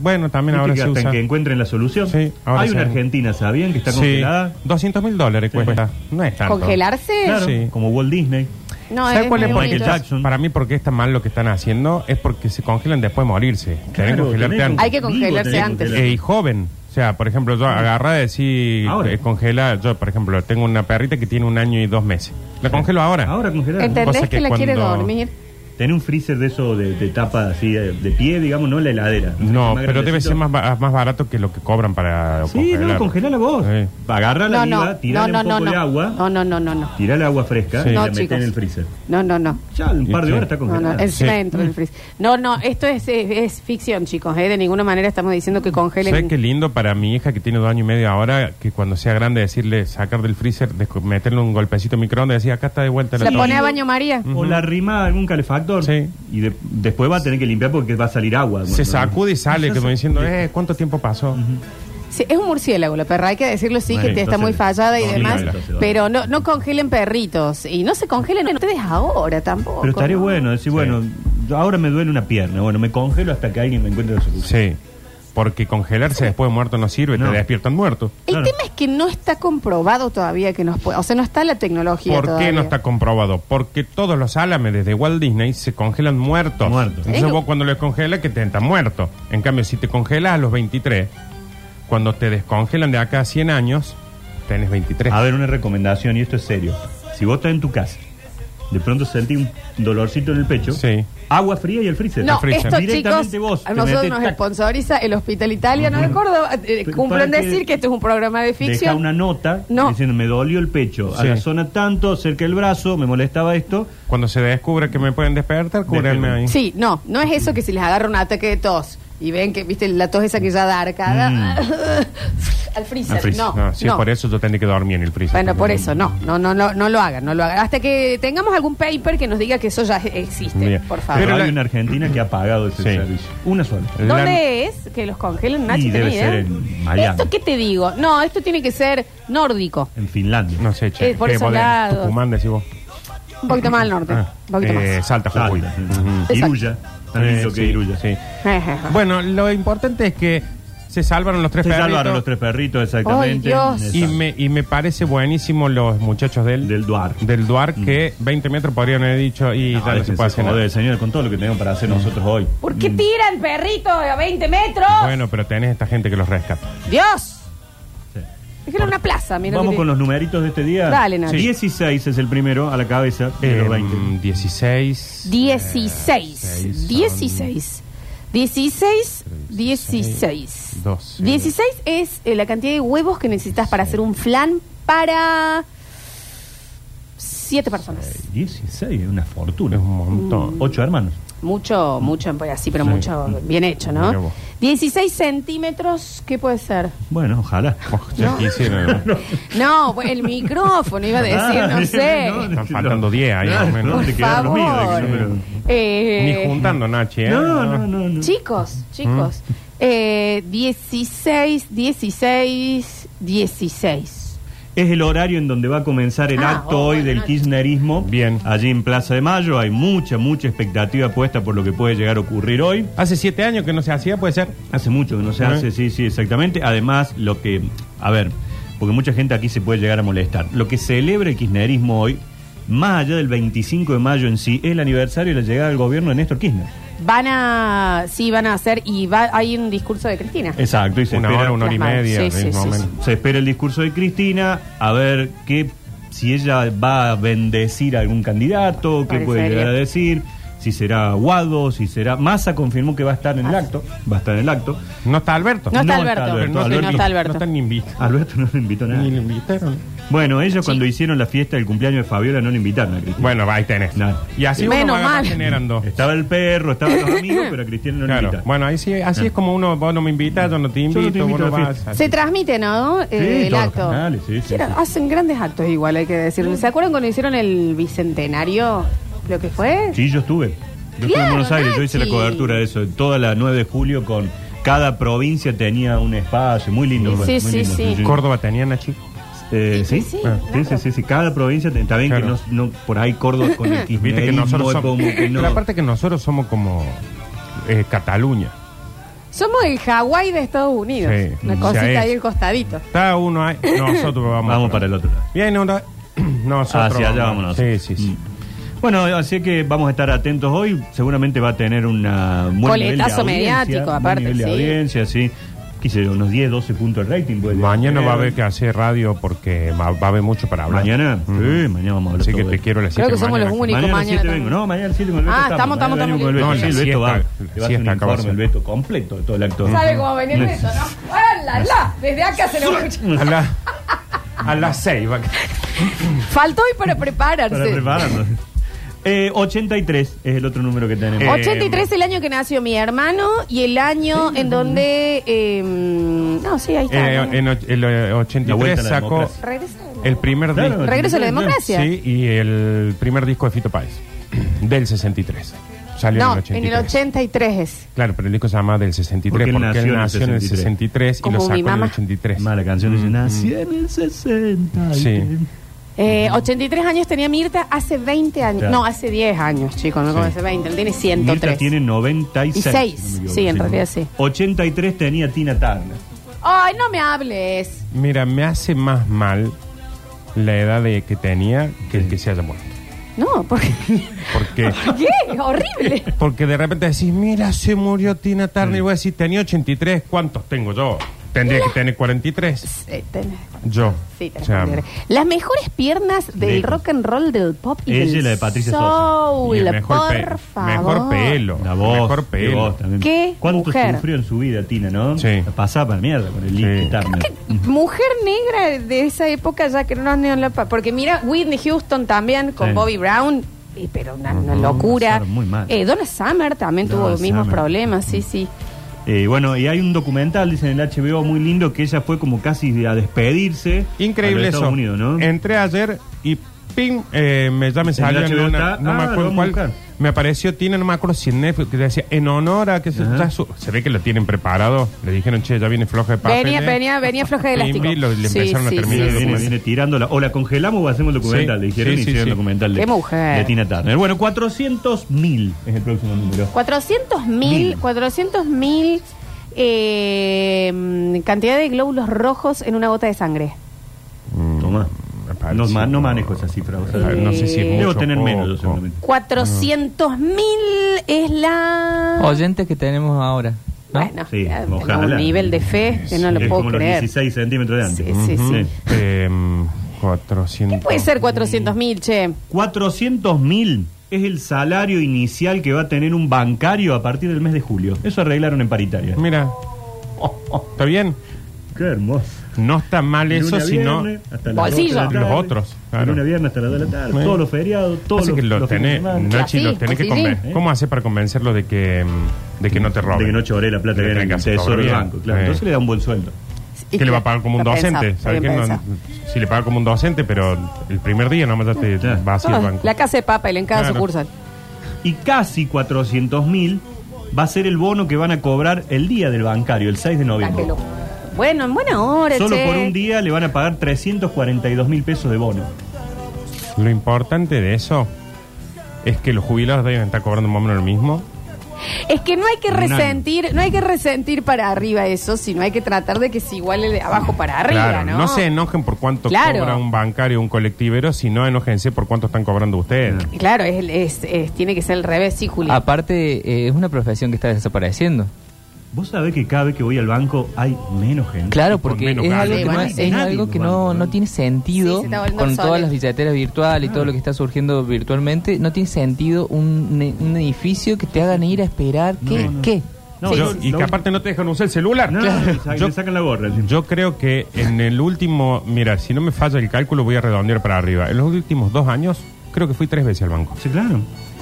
[SPEAKER 4] Bueno, también
[SPEAKER 5] Viste
[SPEAKER 4] ahora
[SPEAKER 5] que
[SPEAKER 4] se
[SPEAKER 5] hasta
[SPEAKER 4] usa.
[SPEAKER 5] que encuentren la solución.
[SPEAKER 4] Sí, ahora
[SPEAKER 5] Hay
[SPEAKER 4] se
[SPEAKER 5] una
[SPEAKER 4] hace.
[SPEAKER 5] Argentina, ¿sabían? Que está
[SPEAKER 4] Sí,
[SPEAKER 5] congelada.
[SPEAKER 4] 200 mil dólares cuesta. No es tanto.
[SPEAKER 1] ¿Congelarse?
[SPEAKER 5] Claro,
[SPEAKER 4] Sí.
[SPEAKER 5] como Walt Disney.
[SPEAKER 1] No,
[SPEAKER 4] ¿Sabes
[SPEAKER 1] es
[SPEAKER 4] cuál es
[SPEAKER 1] muy
[SPEAKER 4] por
[SPEAKER 5] Michael
[SPEAKER 4] qué?
[SPEAKER 1] bonito.
[SPEAKER 5] Jackson.
[SPEAKER 4] Para mí, porque está mal lo que están haciendo, es porque se congelan después de morirse. Tenés que
[SPEAKER 5] Claro,
[SPEAKER 4] congelarte
[SPEAKER 5] tenés
[SPEAKER 4] antes.
[SPEAKER 1] Hay que congelarse
[SPEAKER 5] tenés que
[SPEAKER 1] antes.
[SPEAKER 5] congelar.
[SPEAKER 4] Eh, y joven. O sea, por ejemplo, yo agarra y decir,
[SPEAKER 5] Ahora.
[SPEAKER 4] eh, congela. Yo, por ejemplo, tengo una perrita que tiene un año y dos meses. La congelo ahora.
[SPEAKER 5] Ahora congelar.
[SPEAKER 1] ¿Entendés
[SPEAKER 4] Cosa
[SPEAKER 1] que,
[SPEAKER 4] que
[SPEAKER 1] la quiere
[SPEAKER 4] cuando-
[SPEAKER 1] dormir?
[SPEAKER 5] Tener un freezer de eso de, de tapa así de, de pie, digamos, no la heladera.
[SPEAKER 4] No,
[SPEAKER 5] Más
[SPEAKER 4] pero debe
[SPEAKER 5] grandecito.
[SPEAKER 4] ser más, ba- ah, más barato que lo que cobran para
[SPEAKER 5] Sí, no, congelala vos.
[SPEAKER 4] Pues Sí.
[SPEAKER 5] Agarrala
[SPEAKER 1] No,
[SPEAKER 5] viva,
[SPEAKER 1] no, no,
[SPEAKER 5] tirale
[SPEAKER 1] no,
[SPEAKER 5] un
[SPEAKER 1] no,
[SPEAKER 5] poco de agua,
[SPEAKER 1] no. No, no, no, no, no.
[SPEAKER 5] tirale agua fresca
[SPEAKER 4] Sí.
[SPEAKER 5] y
[SPEAKER 1] No,
[SPEAKER 5] la metés
[SPEAKER 1] chicos.
[SPEAKER 5] en el freezer.
[SPEAKER 1] No, no, no.
[SPEAKER 5] Ya un par de
[SPEAKER 4] Sí.
[SPEAKER 5] horas está
[SPEAKER 1] No, no,
[SPEAKER 5] congelada.
[SPEAKER 1] encima
[SPEAKER 4] Sí.
[SPEAKER 1] dentro del freezer. No, no, esto es, es, es ficción, chicos. ¿eh? De ninguna manera estamos diciendo que
[SPEAKER 4] ¿Sabes
[SPEAKER 1] congelen.
[SPEAKER 4] qué lindo para mi hija que tiene dos años y medio ahora? Que cuando sea grande decirle sacar del freezer, desco- meterle un golpecito de microondas y decir acá está de vuelta
[SPEAKER 1] ¿La
[SPEAKER 4] torta.
[SPEAKER 1] pone a baño María?
[SPEAKER 5] O la rima a algún calefactor.
[SPEAKER 4] Sí.
[SPEAKER 5] Y de- después va a tener que limpiar porque va a salir agua.
[SPEAKER 4] Se
[SPEAKER 5] Bueno,
[SPEAKER 4] sacude y sale, como diciendo, eh, ¿cuánto tiempo pasó?
[SPEAKER 1] Sí, es un murciélago la perra, hay que decirlo sí,
[SPEAKER 5] Bueno,
[SPEAKER 1] que te está
[SPEAKER 5] entonces,
[SPEAKER 1] muy fallada y
[SPEAKER 5] no,
[SPEAKER 1] demás.
[SPEAKER 5] mírala.
[SPEAKER 1] Pero no, no congelen perritos. Y no se congelen ustedes ahora tampoco.
[SPEAKER 5] Pero estaría
[SPEAKER 1] ¿no?
[SPEAKER 5] bueno decir, bueno, ahora me duele una pierna. Bueno, me congelo hasta que alguien me encuentre la solución.
[SPEAKER 4] Sí. Porque congelarse después de muerto no sirve,
[SPEAKER 5] No.
[SPEAKER 4] te despiertan muerto.
[SPEAKER 1] El
[SPEAKER 5] Claro.
[SPEAKER 1] tema es que no está comprobado todavía que nos puede. O sea, no está la tecnología.
[SPEAKER 4] ¿Por qué
[SPEAKER 1] todavía.
[SPEAKER 4] no está comprobado? Porque todos los álamos desde Walt Disney se congelan muertos.
[SPEAKER 5] Muertos.
[SPEAKER 1] Es
[SPEAKER 4] Entonces
[SPEAKER 1] lo-
[SPEAKER 4] vos cuando los congelas que te están muertos. En cambio, si te congelas a los 23, cuando te descongelan de acá a 100 años, tenés 23.
[SPEAKER 5] A ver, una recomendación, y esto es serio. Si vos estás en tu casa, de pronto sentí un dolorcito en el pecho,
[SPEAKER 4] Sí.
[SPEAKER 5] agua fría y el freezer.
[SPEAKER 1] No,
[SPEAKER 4] El freezer.
[SPEAKER 1] esto,
[SPEAKER 5] Directamente
[SPEAKER 1] chicos,
[SPEAKER 5] vos
[SPEAKER 1] a
[SPEAKER 5] te
[SPEAKER 1] nosotros
[SPEAKER 5] metés,
[SPEAKER 1] nos
[SPEAKER 5] tac.
[SPEAKER 1] sponsoriza el Hospital Italiano de Córdoba. Eh,
[SPEAKER 5] Pero
[SPEAKER 1] cumplen
[SPEAKER 5] para que-
[SPEAKER 1] decir que esto es un programa de
[SPEAKER 5] Deja
[SPEAKER 1] ficción.
[SPEAKER 5] una nota
[SPEAKER 1] No.
[SPEAKER 5] diciendo, me dolió el pecho, a
[SPEAKER 4] Sí.
[SPEAKER 5] la zona tanto, cerca del brazo, me molestaba esto.
[SPEAKER 4] Cuando se descubra que me pueden despertar, cúbrenme ahí.
[SPEAKER 1] Sí, no, no es eso que si les agarra un ataque de tos y ven que, viste, la tos esa que ya da arcada ah, al freezer.
[SPEAKER 5] Mm. Al freezer.
[SPEAKER 1] No,
[SPEAKER 4] No, si
[SPEAKER 1] no.
[SPEAKER 4] es por eso, yo tendré que dormir en el freezer.
[SPEAKER 1] Bueno, por eso, no, no, no, no, no lo hagan, no lo hagan. Hasta que tengamos algún paper que nos diga que eso ya existe,
[SPEAKER 4] Bien.
[SPEAKER 1] por favor.
[SPEAKER 5] Pero
[SPEAKER 4] Pero
[SPEAKER 5] hay
[SPEAKER 4] la-
[SPEAKER 5] una Argentina que ha pagado ese
[SPEAKER 4] Sí.
[SPEAKER 5] servicio. Una sola.
[SPEAKER 4] La-
[SPEAKER 1] ¿Dónde es que los congelan, Nacho?
[SPEAKER 5] Y debe
[SPEAKER 1] ¿Tenés idea?
[SPEAKER 5] ser en Miami.
[SPEAKER 1] ¿Esto qué te digo? No, esto tiene que ser nórdico,
[SPEAKER 5] En Finlandia.
[SPEAKER 4] No sé, che.
[SPEAKER 1] Eh, por
[SPEAKER 4] ¿qué
[SPEAKER 1] esos
[SPEAKER 4] vos de
[SPEAKER 1] lados.
[SPEAKER 4] Tucumán decís vos?
[SPEAKER 1] un poquito más al norte,
[SPEAKER 4] Ah,
[SPEAKER 1] un poquito
[SPEAKER 4] eh,
[SPEAKER 1] más.
[SPEAKER 4] Salta, Jujuy.
[SPEAKER 5] Salta, sí.
[SPEAKER 4] Ujú.
[SPEAKER 5] Iruya. Tan
[SPEAKER 4] Eh,
[SPEAKER 5] lindo que
[SPEAKER 4] sí,
[SPEAKER 5] Iruya.
[SPEAKER 4] sí. Bueno, lo importante es que se salvaron los tres
[SPEAKER 5] Se
[SPEAKER 4] perritos.
[SPEAKER 5] salvaron los tres perritos, exactamente.
[SPEAKER 1] Ay, Dios.
[SPEAKER 4] Y me, y me parece buenísimo los muchachos del,
[SPEAKER 5] Del Mm. Duar.
[SPEAKER 4] del Duar que 20 metros podrían haber dicho y ya no se puede hacer nada.
[SPEAKER 5] Ah,
[SPEAKER 4] Mm.
[SPEAKER 5] señor, con todo lo que tenemos para hacer nosotros hoy. Mm.
[SPEAKER 1] ¿Por qué tiran perritos a 20 metros?
[SPEAKER 4] Bueno, pero tenés esta gente que los rescata.
[SPEAKER 1] Dios.
[SPEAKER 5] Sí.
[SPEAKER 1] Es que era una plaza, mira.
[SPEAKER 5] Vamos
[SPEAKER 1] lo que
[SPEAKER 5] con
[SPEAKER 1] te-
[SPEAKER 5] los numeritos de este día.
[SPEAKER 1] Dale, Nacho.
[SPEAKER 5] Sí. 16 es el primero a la cabeza de los 20.
[SPEAKER 4] Em, 16. eh,
[SPEAKER 1] 16. 16. 16. 16.
[SPEAKER 4] 12.
[SPEAKER 1] 16 es eh, la cantidad de huevos que necesitas para hacer un flan para 7 personas.
[SPEAKER 5] 16 es una fortuna.
[SPEAKER 4] Es un montón.
[SPEAKER 1] Mm.
[SPEAKER 5] 8 hermanos.
[SPEAKER 1] Mucho, mucho, pues, así, pero
[SPEAKER 4] Sí.
[SPEAKER 1] mucho bien hecho,
[SPEAKER 4] Mira
[SPEAKER 1] ¿no?
[SPEAKER 4] vos.
[SPEAKER 1] 16 centímetros, ¿qué puede ser?
[SPEAKER 5] Bueno, ojalá.
[SPEAKER 4] Oh, ya quisieron.
[SPEAKER 1] No, bueno, el micrófono iba a decir,
[SPEAKER 5] Ah,
[SPEAKER 1] no sé.
[SPEAKER 5] no,
[SPEAKER 4] Están faltando 10 ahí, más o menos.
[SPEAKER 5] No,
[SPEAKER 1] Por
[SPEAKER 5] te quedaron los míos,
[SPEAKER 1] favor.
[SPEAKER 5] de que no me
[SPEAKER 1] Eh,
[SPEAKER 4] Ni juntando, Nachi, ¿eh?
[SPEAKER 5] lo- no, no, no, no.
[SPEAKER 1] Chicos, chicos.
[SPEAKER 5] Mm.
[SPEAKER 1] Eh, 16, 16, 16.
[SPEAKER 5] Es el horario en donde va a comenzar el
[SPEAKER 1] Ah,
[SPEAKER 5] acto
[SPEAKER 1] oh,
[SPEAKER 5] hoy
[SPEAKER 1] bueno,
[SPEAKER 5] del
[SPEAKER 1] no.
[SPEAKER 5] kirchnerismo.
[SPEAKER 4] Bien.
[SPEAKER 5] Allí en Plaza de Mayo hay mucha, mucha expectativa puesta por lo que puede llegar a ocurrir hoy.
[SPEAKER 4] Hace 7 años que no se hacía, puede ser.
[SPEAKER 5] Hace mucho que no se
[SPEAKER 4] Ajá.
[SPEAKER 5] hace, sí, sí, exactamente. Además, lo que. A ver, porque mucha gente aquí se puede llegar a molestar. Lo que celebra el kirchnerismo hoy, más allá del 25 de mayo en sí, es el aniversario de la llegada del gobierno de Néstor Kirchner.
[SPEAKER 1] Van a, sí, van a hacer, y va, hay un discurso de Cristina.
[SPEAKER 5] Exacto, y se
[SPEAKER 4] Una
[SPEAKER 5] espera.
[SPEAKER 4] hora, una hora y
[SPEAKER 1] Las manos.
[SPEAKER 4] media,
[SPEAKER 1] Sí,
[SPEAKER 4] más
[SPEAKER 1] sí,
[SPEAKER 4] o
[SPEAKER 1] sí,
[SPEAKER 4] menos.
[SPEAKER 1] sí.
[SPEAKER 5] Se espera el discurso de Cristina, a ver qué. Si ella va a bendecir a algún candidato, qué puede
[SPEAKER 1] Parecería.
[SPEAKER 5] llegar a decir, si será Guado, si será. Massa confirmó que va a estar en
[SPEAKER 1] Ah.
[SPEAKER 5] el acto. Va a estar en el acto.
[SPEAKER 4] No está Alberto.
[SPEAKER 1] No está
[SPEAKER 5] No
[SPEAKER 1] Alberto.
[SPEAKER 5] está Alberto,
[SPEAKER 1] No,
[SPEAKER 5] Alberto.
[SPEAKER 1] está Alberto.
[SPEAKER 4] No están ni invitados.
[SPEAKER 5] Alberto no lo invitó a nada.
[SPEAKER 4] Ni lo invitaron.
[SPEAKER 5] Bueno, ellos cuando hicieron la fiesta del cumpleaños de Fabiola no le invitaron a Cristina.
[SPEAKER 4] Bueno, va, ahí tenés.
[SPEAKER 5] No.
[SPEAKER 4] Y así
[SPEAKER 1] Menos
[SPEAKER 4] uno va
[SPEAKER 1] mal.
[SPEAKER 4] generando.
[SPEAKER 5] Estaba el perro, estaban los amigos, pero a Cristina no le
[SPEAKER 4] Claro.
[SPEAKER 5] invitaron.
[SPEAKER 4] Bueno, ahí sí, así es como uno, vos no me invitas, yo no te invito,
[SPEAKER 5] no te
[SPEAKER 4] vos
[SPEAKER 5] invito
[SPEAKER 4] no
[SPEAKER 5] a la
[SPEAKER 4] vas.
[SPEAKER 5] fiesta.
[SPEAKER 1] Se transmite, ¿no? Eh, el
[SPEAKER 5] todos los
[SPEAKER 1] acto.
[SPEAKER 5] canales, sí, sí,
[SPEAKER 1] Quiero-
[SPEAKER 5] sí.
[SPEAKER 1] Hacen grandes actos igual, hay que decirlo. ¿Se acuerdan cuando hicieron el bicentenario? Lo que fue.
[SPEAKER 5] Sí, yo estuve. Yo estuve en
[SPEAKER 1] Claro,
[SPEAKER 5] Buenos Aires, yo hice la
[SPEAKER 1] Nachi.
[SPEAKER 5] cobertura de eso. Toda la 9 de julio con cada provincia tenía un espacio muy lindo.
[SPEAKER 1] Sí,
[SPEAKER 5] bueno,
[SPEAKER 1] sí,
[SPEAKER 5] muy
[SPEAKER 1] sí,
[SPEAKER 5] lindo.
[SPEAKER 1] sí.
[SPEAKER 4] Córdoba tenía, Nachi.
[SPEAKER 5] Eh, ¿Sí?
[SPEAKER 1] Sí, sí,
[SPEAKER 5] Ah. Sí,
[SPEAKER 1] claro.
[SPEAKER 5] sí, sí, sí. Cada provincia ten- está bien
[SPEAKER 4] Claro.
[SPEAKER 5] que no, no- por ahí Córdoba con el
[SPEAKER 4] Viste que
[SPEAKER 5] kirchnerismo
[SPEAKER 4] nosotros
[SPEAKER 5] es
[SPEAKER 4] somos.
[SPEAKER 5] como que no.
[SPEAKER 4] Pero aparte que nosotros somos como eh, Cataluña.
[SPEAKER 1] Somos el Hawái de Estados Unidos.
[SPEAKER 4] Sí.
[SPEAKER 1] Una
[SPEAKER 4] Mm.
[SPEAKER 1] cosita
[SPEAKER 4] O sea, es-
[SPEAKER 1] ahí al costadito.
[SPEAKER 4] Está uno ahí. Nosotros vamos.
[SPEAKER 5] Vamos para el otro lado.
[SPEAKER 4] Viene uno. Nosotros.
[SPEAKER 5] Hacia allá vámonos.
[SPEAKER 4] Sí, sí, sí.
[SPEAKER 5] Mm. Bueno, así que vamos a estar atentos hoy. Seguramente va a tener una buen
[SPEAKER 1] Coletazo
[SPEAKER 5] nivel de audiencia,
[SPEAKER 1] mediático,
[SPEAKER 5] buen
[SPEAKER 1] aparte,
[SPEAKER 5] nivel de
[SPEAKER 1] sí.
[SPEAKER 5] audiencia, sí. Qué sé yo, unos 10, 12 puntos de rating. pues, puede
[SPEAKER 4] Mañana
[SPEAKER 5] tener.
[SPEAKER 4] va a haber que hacer radio porque va va a haber mucho para hablar. Mm.
[SPEAKER 5] Mañana, sí, mañana vamos a hablar.
[SPEAKER 4] Así que
[SPEAKER 5] todo
[SPEAKER 4] te
[SPEAKER 5] esto.
[SPEAKER 4] quiero decir
[SPEAKER 1] Creo que somos los únicos.
[SPEAKER 5] Mañana, a las
[SPEAKER 1] mañana
[SPEAKER 5] 7 vengo.
[SPEAKER 1] también.
[SPEAKER 5] No, mañana a las 7 con el Beto.
[SPEAKER 1] Ah, estamos,
[SPEAKER 5] mañana
[SPEAKER 1] estamos,
[SPEAKER 5] venimos con el Beto.
[SPEAKER 4] estamos.
[SPEAKER 5] Sí,
[SPEAKER 4] No,
[SPEAKER 5] el
[SPEAKER 4] la
[SPEAKER 5] Beto va.
[SPEAKER 4] siesta, la
[SPEAKER 5] Le va a hacer
[SPEAKER 4] siesta
[SPEAKER 5] un
[SPEAKER 4] acá va a
[SPEAKER 5] informe, el
[SPEAKER 4] ser.
[SPEAKER 5] Beto completo de todo el acto.
[SPEAKER 1] ¿Sabe cómo venía el beso, no? ¡Ah, la, la! Desde acá se lo escucha.
[SPEAKER 4] A, la- a las seis. va-
[SPEAKER 1] Faltó hoy para prepararse.
[SPEAKER 5] Para prepararnos. Eh, 83 es el otro número que tenemos.
[SPEAKER 4] Eh,
[SPEAKER 1] 83 el año que nació mi hermano y el año en donde... eh, no, sí, ahí está.
[SPEAKER 4] Eh, en och- el eh,
[SPEAKER 5] La
[SPEAKER 4] 83
[SPEAKER 5] vuelta a la
[SPEAKER 4] sacó
[SPEAKER 5] democracia.
[SPEAKER 1] Regresa.
[SPEAKER 4] el primer
[SPEAKER 5] Claro,
[SPEAKER 4] disco.
[SPEAKER 1] Regreso a la democracia.
[SPEAKER 4] Sí, y el primer disco de Fito Páez, del 63. Salió
[SPEAKER 1] No,
[SPEAKER 4] en
[SPEAKER 1] en
[SPEAKER 4] el 83.
[SPEAKER 1] el 83 es.
[SPEAKER 4] Claro, pero el disco se llama del 63 porque, él nació en el 63 y
[SPEAKER 1] Como
[SPEAKER 4] lo
[SPEAKER 1] mi
[SPEAKER 4] sacó en el
[SPEAKER 1] mamá.
[SPEAKER 4] 83.
[SPEAKER 5] Mala canción dice, nací en el 60.
[SPEAKER 4] Mm, Sí.
[SPEAKER 1] Eh, 83 años tenía Mirta hace 20 años.
[SPEAKER 5] Claro.
[SPEAKER 1] No, hace 10 años, chicos. No como hace 20. Él tiene 103.
[SPEAKER 5] Mirta tiene
[SPEAKER 1] Y
[SPEAKER 5] 96.
[SPEAKER 1] seis.
[SPEAKER 5] no me equivoco,
[SPEAKER 1] Sí, en realidad sí.
[SPEAKER 5] 83 tenía Tina Turner.
[SPEAKER 1] Ay, no me hables.
[SPEAKER 4] Mira, me hace más mal la edad de que tenía que el que se haya muerto.
[SPEAKER 1] No, porque.
[SPEAKER 4] Porque,
[SPEAKER 1] ¿Qué? Horrible.
[SPEAKER 4] porque de repente decís, mira, se murió Tina Turner. Y voy a decir, tenía 83, ¿cuántos tengo yo? Tendría que tener 43.
[SPEAKER 1] Eh, tenés-
[SPEAKER 4] Yo.
[SPEAKER 1] sí, tenés
[SPEAKER 4] O sea,
[SPEAKER 1] que entender. Las mejores piernas del
[SPEAKER 5] Lejos.
[SPEAKER 1] rock and roll, del pop y
[SPEAKER 5] Ella y
[SPEAKER 1] del
[SPEAKER 5] la de Patricia Sosa.
[SPEAKER 1] soul,
[SPEAKER 4] y el mejor,
[SPEAKER 1] por
[SPEAKER 4] pe-
[SPEAKER 1] favor.
[SPEAKER 4] mejor pelo.
[SPEAKER 5] La voz.
[SPEAKER 4] Mejor
[SPEAKER 5] qué
[SPEAKER 4] pelo.
[SPEAKER 5] voz también.
[SPEAKER 1] Qué
[SPEAKER 5] ¿Cuánto
[SPEAKER 1] mujer.
[SPEAKER 5] sufrió en su vida Tina, no?
[SPEAKER 4] Sí.
[SPEAKER 5] La pasaba para mierda con el
[SPEAKER 4] Sí.
[SPEAKER 5] Lee Turner.
[SPEAKER 1] Mujer negra de esa época ya que no ni en la pa- Porque mira, Whitney Houston también con
[SPEAKER 5] Sí.
[SPEAKER 1] Bobby Brown, y- pero una, una locura.
[SPEAKER 5] pasaron muy mal.
[SPEAKER 1] Eh, Donna Summer también tuvo
[SPEAKER 5] Donna
[SPEAKER 1] los mismos
[SPEAKER 5] Summer.
[SPEAKER 1] problemas, sí, sí.
[SPEAKER 5] Eh, bueno, y hay un documental, dicen en el HBO, muy lindo, que ella fue como casi a despedirse. a los
[SPEAKER 4] Increíble
[SPEAKER 5] Estados
[SPEAKER 4] eso.
[SPEAKER 5] Unidos, ¿no?
[SPEAKER 4] Entré ayer y ping, eh, me, ya me salió en
[SPEAKER 5] HBO
[SPEAKER 4] una,
[SPEAKER 5] está.
[SPEAKER 4] no me
[SPEAKER 5] Ah, lo
[SPEAKER 4] acuerdo
[SPEAKER 5] vamos a
[SPEAKER 4] cuál.
[SPEAKER 5] buscar.
[SPEAKER 4] Me apareció Tina, no me acuerdo si en Netflix, que decía en honor a que se,
[SPEAKER 5] Ajá.
[SPEAKER 4] ya su- se ve que lo tienen preparado. Le dijeron, che, ya viene floja de papel.
[SPEAKER 1] Venía, venía, venía floja de
[SPEAKER 4] Pimbi,
[SPEAKER 1] elástico.
[SPEAKER 4] lo- le empezaron a terminar
[SPEAKER 5] Viene,
[SPEAKER 4] el
[SPEAKER 5] viene,
[SPEAKER 4] documental.
[SPEAKER 5] viene tirándola. O la congelamos o hacemos documental.
[SPEAKER 4] Sí,
[SPEAKER 5] Le
[SPEAKER 4] sí,
[SPEAKER 5] dijeron y
[SPEAKER 4] sí,
[SPEAKER 5] hicieron
[SPEAKER 4] sí.
[SPEAKER 5] documental de,
[SPEAKER 1] Qué mujer.
[SPEAKER 5] de Tina Turner. Bueno, 400.000 es el próximo número.
[SPEAKER 1] 400 mil, 400 mil eh, mm, cantidad de glóbulos rojos en una gota de sangre.
[SPEAKER 5] Toma.
[SPEAKER 4] Mm, me parece
[SPEAKER 5] No, ma- no
[SPEAKER 4] como-
[SPEAKER 5] manejo esa cifra. vos sabés.
[SPEAKER 4] No sé si es
[SPEAKER 1] Eh,
[SPEAKER 4] mucho
[SPEAKER 5] Debo tener
[SPEAKER 4] o
[SPEAKER 5] menos, yo
[SPEAKER 4] poco.
[SPEAKER 5] seguramente.
[SPEAKER 1] 400 mil es la...
[SPEAKER 2] Oyentes que tenemos ahora. ¿no?
[SPEAKER 1] Bueno,
[SPEAKER 5] Sí,
[SPEAKER 1] ya, tengo un
[SPEAKER 5] ojalá.
[SPEAKER 1] nivel de fe que no
[SPEAKER 5] Es
[SPEAKER 1] lo puedo
[SPEAKER 5] como los
[SPEAKER 1] creer.
[SPEAKER 5] 16 centímetros de antes.
[SPEAKER 1] Sí, sí,
[SPEAKER 5] Ujú.
[SPEAKER 1] sí.
[SPEAKER 4] Em, 400.
[SPEAKER 1] ¿Qué puede ser 400 mil, che?
[SPEAKER 5] 400 mil es el salario inicial que va a tener un bancario a partir del mes de julio. Eso arreglaron en paritaria.
[SPEAKER 4] Mira. ¿Está bien?
[SPEAKER 5] Qué hermoso.
[SPEAKER 4] No está mal
[SPEAKER 5] De
[SPEAKER 4] eso,
[SPEAKER 5] lunes a
[SPEAKER 4] sino.
[SPEAKER 5] viernes, hasta las
[SPEAKER 1] Bolsillo.
[SPEAKER 5] dos de la tarde.
[SPEAKER 4] Los otros, claro.
[SPEAKER 5] De lunes a viernes hasta las dos de la tarde.
[SPEAKER 4] Bueno.
[SPEAKER 5] Todos los feriados, todos
[SPEAKER 4] Así
[SPEAKER 5] los,
[SPEAKER 4] que lo
[SPEAKER 5] los fines de
[SPEAKER 4] tenés,
[SPEAKER 5] semana.
[SPEAKER 4] Nachi,
[SPEAKER 1] Así,
[SPEAKER 4] lo tenés que
[SPEAKER 1] así,
[SPEAKER 4] conven-
[SPEAKER 1] sí.
[SPEAKER 5] ¿Eh?
[SPEAKER 4] ¿Cómo hace para convencerlo de que, mm, de que no te roben?
[SPEAKER 5] De que no choré la plata
[SPEAKER 4] De
[SPEAKER 5] que viene en
[SPEAKER 4] tenés hacer
[SPEAKER 5] el tesoro
[SPEAKER 4] todo
[SPEAKER 5] del
[SPEAKER 4] bien.
[SPEAKER 5] banco. Claro.
[SPEAKER 4] Eh,
[SPEAKER 5] Entonces le da un buen sueldo.
[SPEAKER 4] que le va a pagar como un
[SPEAKER 1] Está
[SPEAKER 4] docente.
[SPEAKER 1] pensado,
[SPEAKER 4] ¿sabes
[SPEAKER 1] bien
[SPEAKER 4] qué? No-
[SPEAKER 1] pensado.
[SPEAKER 4] si le paga como un docente, pero el primer día nomás ya te
[SPEAKER 5] Claro.
[SPEAKER 4] va hacia el
[SPEAKER 1] Ah,
[SPEAKER 4] banco.
[SPEAKER 1] La casa de papel en cada
[SPEAKER 4] Claro.
[SPEAKER 1] sucursal.
[SPEAKER 5] Y casi 400 mil va a ser el bono que van a cobrar el día del bancario, el 6 de noviembre.
[SPEAKER 1] Sáquelo. Bueno, en buena hora,
[SPEAKER 5] Solo
[SPEAKER 1] che.
[SPEAKER 5] por un día le van a pagar 342 mil pesos de bono.
[SPEAKER 4] Lo importante de eso es que los jubilados deben estar cobrando más o menos lo mismo.
[SPEAKER 1] Es que no hay que
[SPEAKER 5] Un año.
[SPEAKER 1] resentir, no hay que resentir para arriba eso, sino hay que tratar de que se iguale de abajo para arriba,
[SPEAKER 4] claro,
[SPEAKER 1] ¿no?
[SPEAKER 4] se enojen por cuánto
[SPEAKER 1] Claro.
[SPEAKER 4] cobra un bancario, un colectivero, sino enojense por cuánto están cobrando ustedes.
[SPEAKER 1] Claro, es, el- es- es- tiene que ser el revés, sí, Juli.
[SPEAKER 2] Aparte, eh, es una profesión que está desapareciendo.
[SPEAKER 5] Vos sabés que cada vez que voy al banco hay menos gente.
[SPEAKER 2] Claro,
[SPEAKER 4] Con
[SPEAKER 2] porque
[SPEAKER 4] menos
[SPEAKER 2] es
[SPEAKER 4] ganas.
[SPEAKER 2] algo
[SPEAKER 1] Sí,
[SPEAKER 2] que, no,
[SPEAKER 1] bueno,
[SPEAKER 2] es
[SPEAKER 5] nadie
[SPEAKER 2] algo
[SPEAKER 5] nos
[SPEAKER 2] que
[SPEAKER 5] va a
[SPEAKER 2] no,
[SPEAKER 5] cobrar.
[SPEAKER 2] no tiene sentido
[SPEAKER 1] Sí, se está volviendo
[SPEAKER 2] con todas
[SPEAKER 1] obsoleto.
[SPEAKER 2] las billeteras virtuales y todo lo que está surgiendo virtualmente. No tiene sentido un, ne- un edificio que te hagan ir a esperar. ¿Qué?
[SPEAKER 5] no.
[SPEAKER 2] ¿Qué?
[SPEAKER 5] No,
[SPEAKER 4] Yo-
[SPEAKER 5] yo-
[SPEAKER 4] y
[SPEAKER 5] lo-
[SPEAKER 4] que aparte no te dejan usar el celular.
[SPEAKER 5] No,
[SPEAKER 4] Claro.
[SPEAKER 5] le sa-
[SPEAKER 4] Yo-
[SPEAKER 5] le sacan la gorra.
[SPEAKER 4] Yo creo que en el último, mira, si no me falla el cálculo, voy a redondear para arriba. En los últimos dos años, creo que fui tres veces al banco.
[SPEAKER 5] Sí, claro.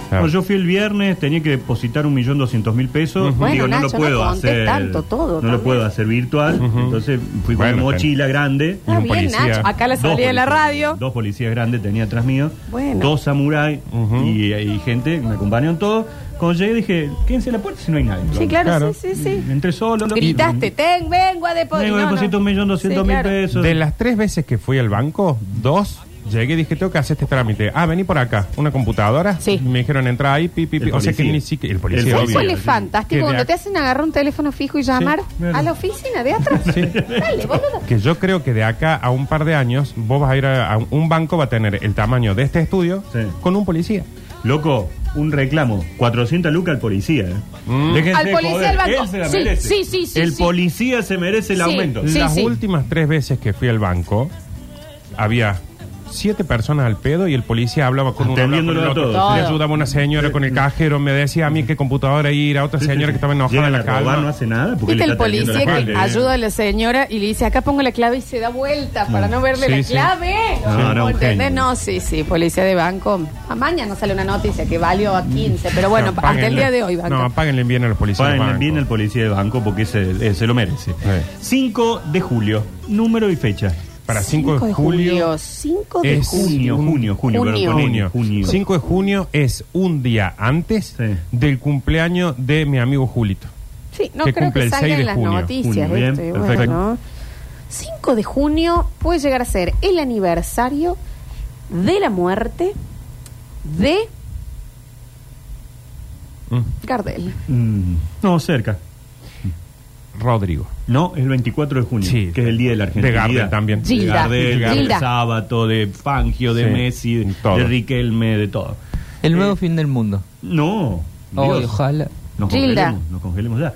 [SPEAKER 4] Claro.
[SPEAKER 5] No, yo fui el viernes, tenía que depositar un millón doscientos mil pesos.
[SPEAKER 1] Bueno,
[SPEAKER 5] Digo, no
[SPEAKER 1] Nacho,
[SPEAKER 5] lo puedo
[SPEAKER 1] no contés
[SPEAKER 5] hacer.
[SPEAKER 1] tanto todo,
[SPEAKER 5] no
[SPEAKER 1] también.
[SPEAKER 5] lo puedo hacer virtual. Entonces fui con
[SPEAKER 4] Bueno,
[SPEAKER 5] una mochila grande.
[SPEAKER 4] y
[SPEAKER 1] Está
[SPEAKER 4] un
[SPEAKER 1] bien,
[SPEAKER 4] policía.
[SPEAKER 1] Nacho. Acá la
[SPEAKER 5] Dos
[SPEAKER 1] salida de la
[SPEAKER 5] policías-
[SPEAKER 1] radio.
[SPEAKER 5] Dos policías grandes tenía atrás mío.
[SPEAKER 1] Bueno.
[SPEAKER 5] Dos samuráis
[SPEAKER 4] Ujú.
[SPEAKER 5] y, y gente, me acompañaron todos. Cuando llegué dije, quédense en la puerta si no hay nadie.
[SPEAKER 1] Sí, claro,
[SPEAKER 4] Claro.
[SPEAKER 1] sí, sí, sí.
[SPEAKER 5] Entré solo.
[SPEAKER 1] Gritaste, ten, vengo a depositar.
[SPEAKER 5] Tengo
[SPEAKER 1] No, no.
[SPEAKER 5] deposito un millón doscientos
[SPEAKER 1] Sí,
[SPEAKER 5] mil
[SPEAKER 1] claro.
[SPEAKER 5] pesos.
[SPEAKER 4] De las tres veces que fui al banco, dos llegué y dije, tengo que hacer este trámite. Ah, vení por acá, una computadora.
[SPEAKER 1] Sí.
[SPEAKER 4] Y me dijeron, entra ahí, pi, pi,
[SPEAKER 5] El
[SPEAKER 4] pi. O sea que
[SPEAKER 5] policía.
[SPEAKER 4] ni siquiera. El
[SPEAKER 5] El
[SPEAKER 4] policía,
[SPEAKER 1] ¿Sabes
[SPEAKER 5] obvio,
[SPEAKER 1] cuál
[SPEAKER 4] obvio.
[SPEAKER 1] es
[SPEAKER 5] sí.
[SPEAKER 4] Que
[SPEAKER 1] fantástico?
[SPEAKER 4] de
[SPEAKER 1] Cuando
[SPEAKER 4] ac-
[SPEAKER 1] te hacen agarrar un teléfono fijo y llamar
[SPEAKER 5] claro.
[SPEAKER 1] a la oficina de atrás.
[SPEAKER 4] Sí.
[SPEAKER 1] Dale, boludo.
[SPEAKER 4] Que yo creo que de acá a un par de años, vos vas a ir a, a un- un banco, va a tener el tamaño de este estudio
[SPEAKER 5] Sí.
[SPEAKER 4] con un policía.
[SPEAKER 5] Loco, un reclamo. 400 lucas al policía. eh.
[SPEAKER 4] Mm.
[SPEAKER 5] Déjense
[SPEAKER 1] Al
[SPEAKER 5] de
[SPEAKER 1] policía
[SPEAKER 5] joder,
[SPEAKER 1] del banco.
[SPEAKER 5] él se la
[SPEAKER 1] Sí,
[SPEAKER 5] merece.
[SPEAKER 1] sí, sí, sí,
[SPEAKER 5] El
[SPEAKER 1] sí.
[SPEAKER 5] policía se merece el
[SPEAKER 1] Sí.
[SPEAKER 5] aumento.
[SPEAKER 1] Sí,
[SPEAKER 4] Las
[SPEAKER 1] sí.
[SPEAKER 4] últimas tres veces que fui al banco, había siete personas al pedo y el policía hablaba con uno, hablaba con
[SPEAKER 5] Atendiéndolo
[SPEAKER 4] el
[SPEAKER 5] a
[SPEAKER 4] otro.
[SPEAKER 5] todos.
[SPEAKER 4] Le
[SPEAKER 1] Todo.
[SPEAKER 4] ayudaba una señora con el cajero, me decía a mí qué computadora ir, a otra señora que estaba enojada
[SPEAKER 5] Llegan
[SPEAKER 4] en la
[SPEAKER 5] a robar, no
[SPEAKER 4] calma.
[SPEAKER 5] hace nada. Porque
[SPEAKER 1] Viste
[SPEAKER 5] le
[SPEAKER 1] el
[SPEAKER 5] está atendiendo
[SPEAKER 1] policía
[SPEAKER 5] la
[SPEAKER 1] que
[SPEAKER 5] gente, eh.
[SPEAKER 1] ayuda a la señora y le dice, acá pongo la clave y se da vuelta para no verle
[SPEAKER 4] Sí,
[SPEAKER 1] la
[SPEAKER 4] sí. Ah,
[SPEAKER 1] clave.
[SPEAKER 5] No, no, un
[SPEAKER 1] ¿Entendés?
[SPEAKER 5] genio.
[SPEAKER 1] No, sí, sí, policía de banco. A mañana sale una noticia que valió a 15, pero bueno,
[SPEAKER 4] No,
[SPEAKER 1] hasta el
[SPEAKER 4] páguenle-
[SPEAKER 1] día de hoy, banco.
[SPEAKER 4] No, páguenle bien a los policías. del
[SPEAKER 5] Páguenle
[SPEAKER 4] banco.
[SPEAKER 5] bien al policía de banco porque se, eh, se lo merece.
[SPEAKER 4] Sí.
[SPEAKER 5] 5 de julio, número y fecha.
[SPEAKER 4] Para 5 de julio.
[SPEAKER 1] 5 de
[SPEAKER 4] es
[SPEAKER 1] julio.
[SPEAKER 5] Junio,
[SPEAKER 4] un-
[SPEAKER 5] junio, junio.
[SPEAKER 1] Junio.
[SPEAKER 5] perdón, con N,
[SPEAKER 4] Junio. 5 de junio es un día antes
[SPEAKER 5] Sí.
[SPEAKER 4] del cumpleaños de mi amigo Julito.
[SPEAKER 1] Sí, no
[SPEAKER 4] que
[SPEAKER 1] creo
[SPEAKER 4] cumple
[SPEAKER 1] que
[SPEAKER 4] el
[SPEAKER 1] salgan
[SPEAKER 4] 6 de
[SPEAKER 1] las
[SPEAKER 4] junio.
[SPEAKER 1] noticias.
[SPEAKER 5] Junio, bien,
[SPEAKER 1] este,
[SPEAKER 5] perfecto.
[SPEAKER 1] bueno. 5 de junio puede llegar a ser el aniversario de la muerte de
[SPEAKER 4] Mm.
[SPEAKER 1] Gardel.
[SPEAKER 5] Mm, no, cerca.
[SPEAKER 4] Rodrigo.
[SPEAKER 5] No, es el 24 de junio,
[SPEAKER 4] Sí.
[SPEAKER 5] que es el día de la
[SPEAKER 4] De
[SPEAKER 5] Argentina.
[SPEAKER 4] Gardel también.
[SPEAKER 1] Sí. Gilda.
[SPEAKER 5] Gardel,
[SPEAKER 4] Gilda.
[SPEAKER 5] de
[SPEAKER 1] Gilda.
[SPEAKER 5] Sábato, de Fangio, de
[SPEAKER 4] Sí,
[SPEAKER 5] Messi, de,
[SPEAKER 4] todo.
[SPEAKER 5] de Riquelme, de todo.
[SPEAKER 2] El nuevo
[SPEAKER 5] Eh,
[SPEAKER 2] fin del mundo.
[SPEAKER 5] No.
[SPEAKER 2] Ay,
[SPEAKER 5] Dios.
[SPEAKER 2] ojalá.
[SPEAKER 5] Nos
[SPEAKER 1] Gilda.
[SPEAKER 5] congelemos, nos congelemos ya.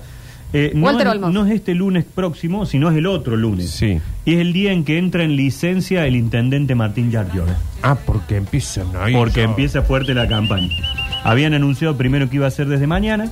[SPEAKER 5] Eh, no,
[SPEAKER 1] Walter
[SPEAKER 5] es,
[SPEAKER 1] Olmos.
[SPEAKER 5] no es este lunes próximo, sino es el otro lunes.
[SPEAKER 4] Sí.
[SPEAKER 5] Y es el día en que entra en licencia el intendente Martín Yardiol.
[SPEAKER 4] Ah, porque empiezan ahí.
[SPEAKER 5] Porque
[SPEAKER 4] ya.
[SPEAKER 5] empieza fuerte la campaña. Habían anunciado primero que iba a ser desde mañana,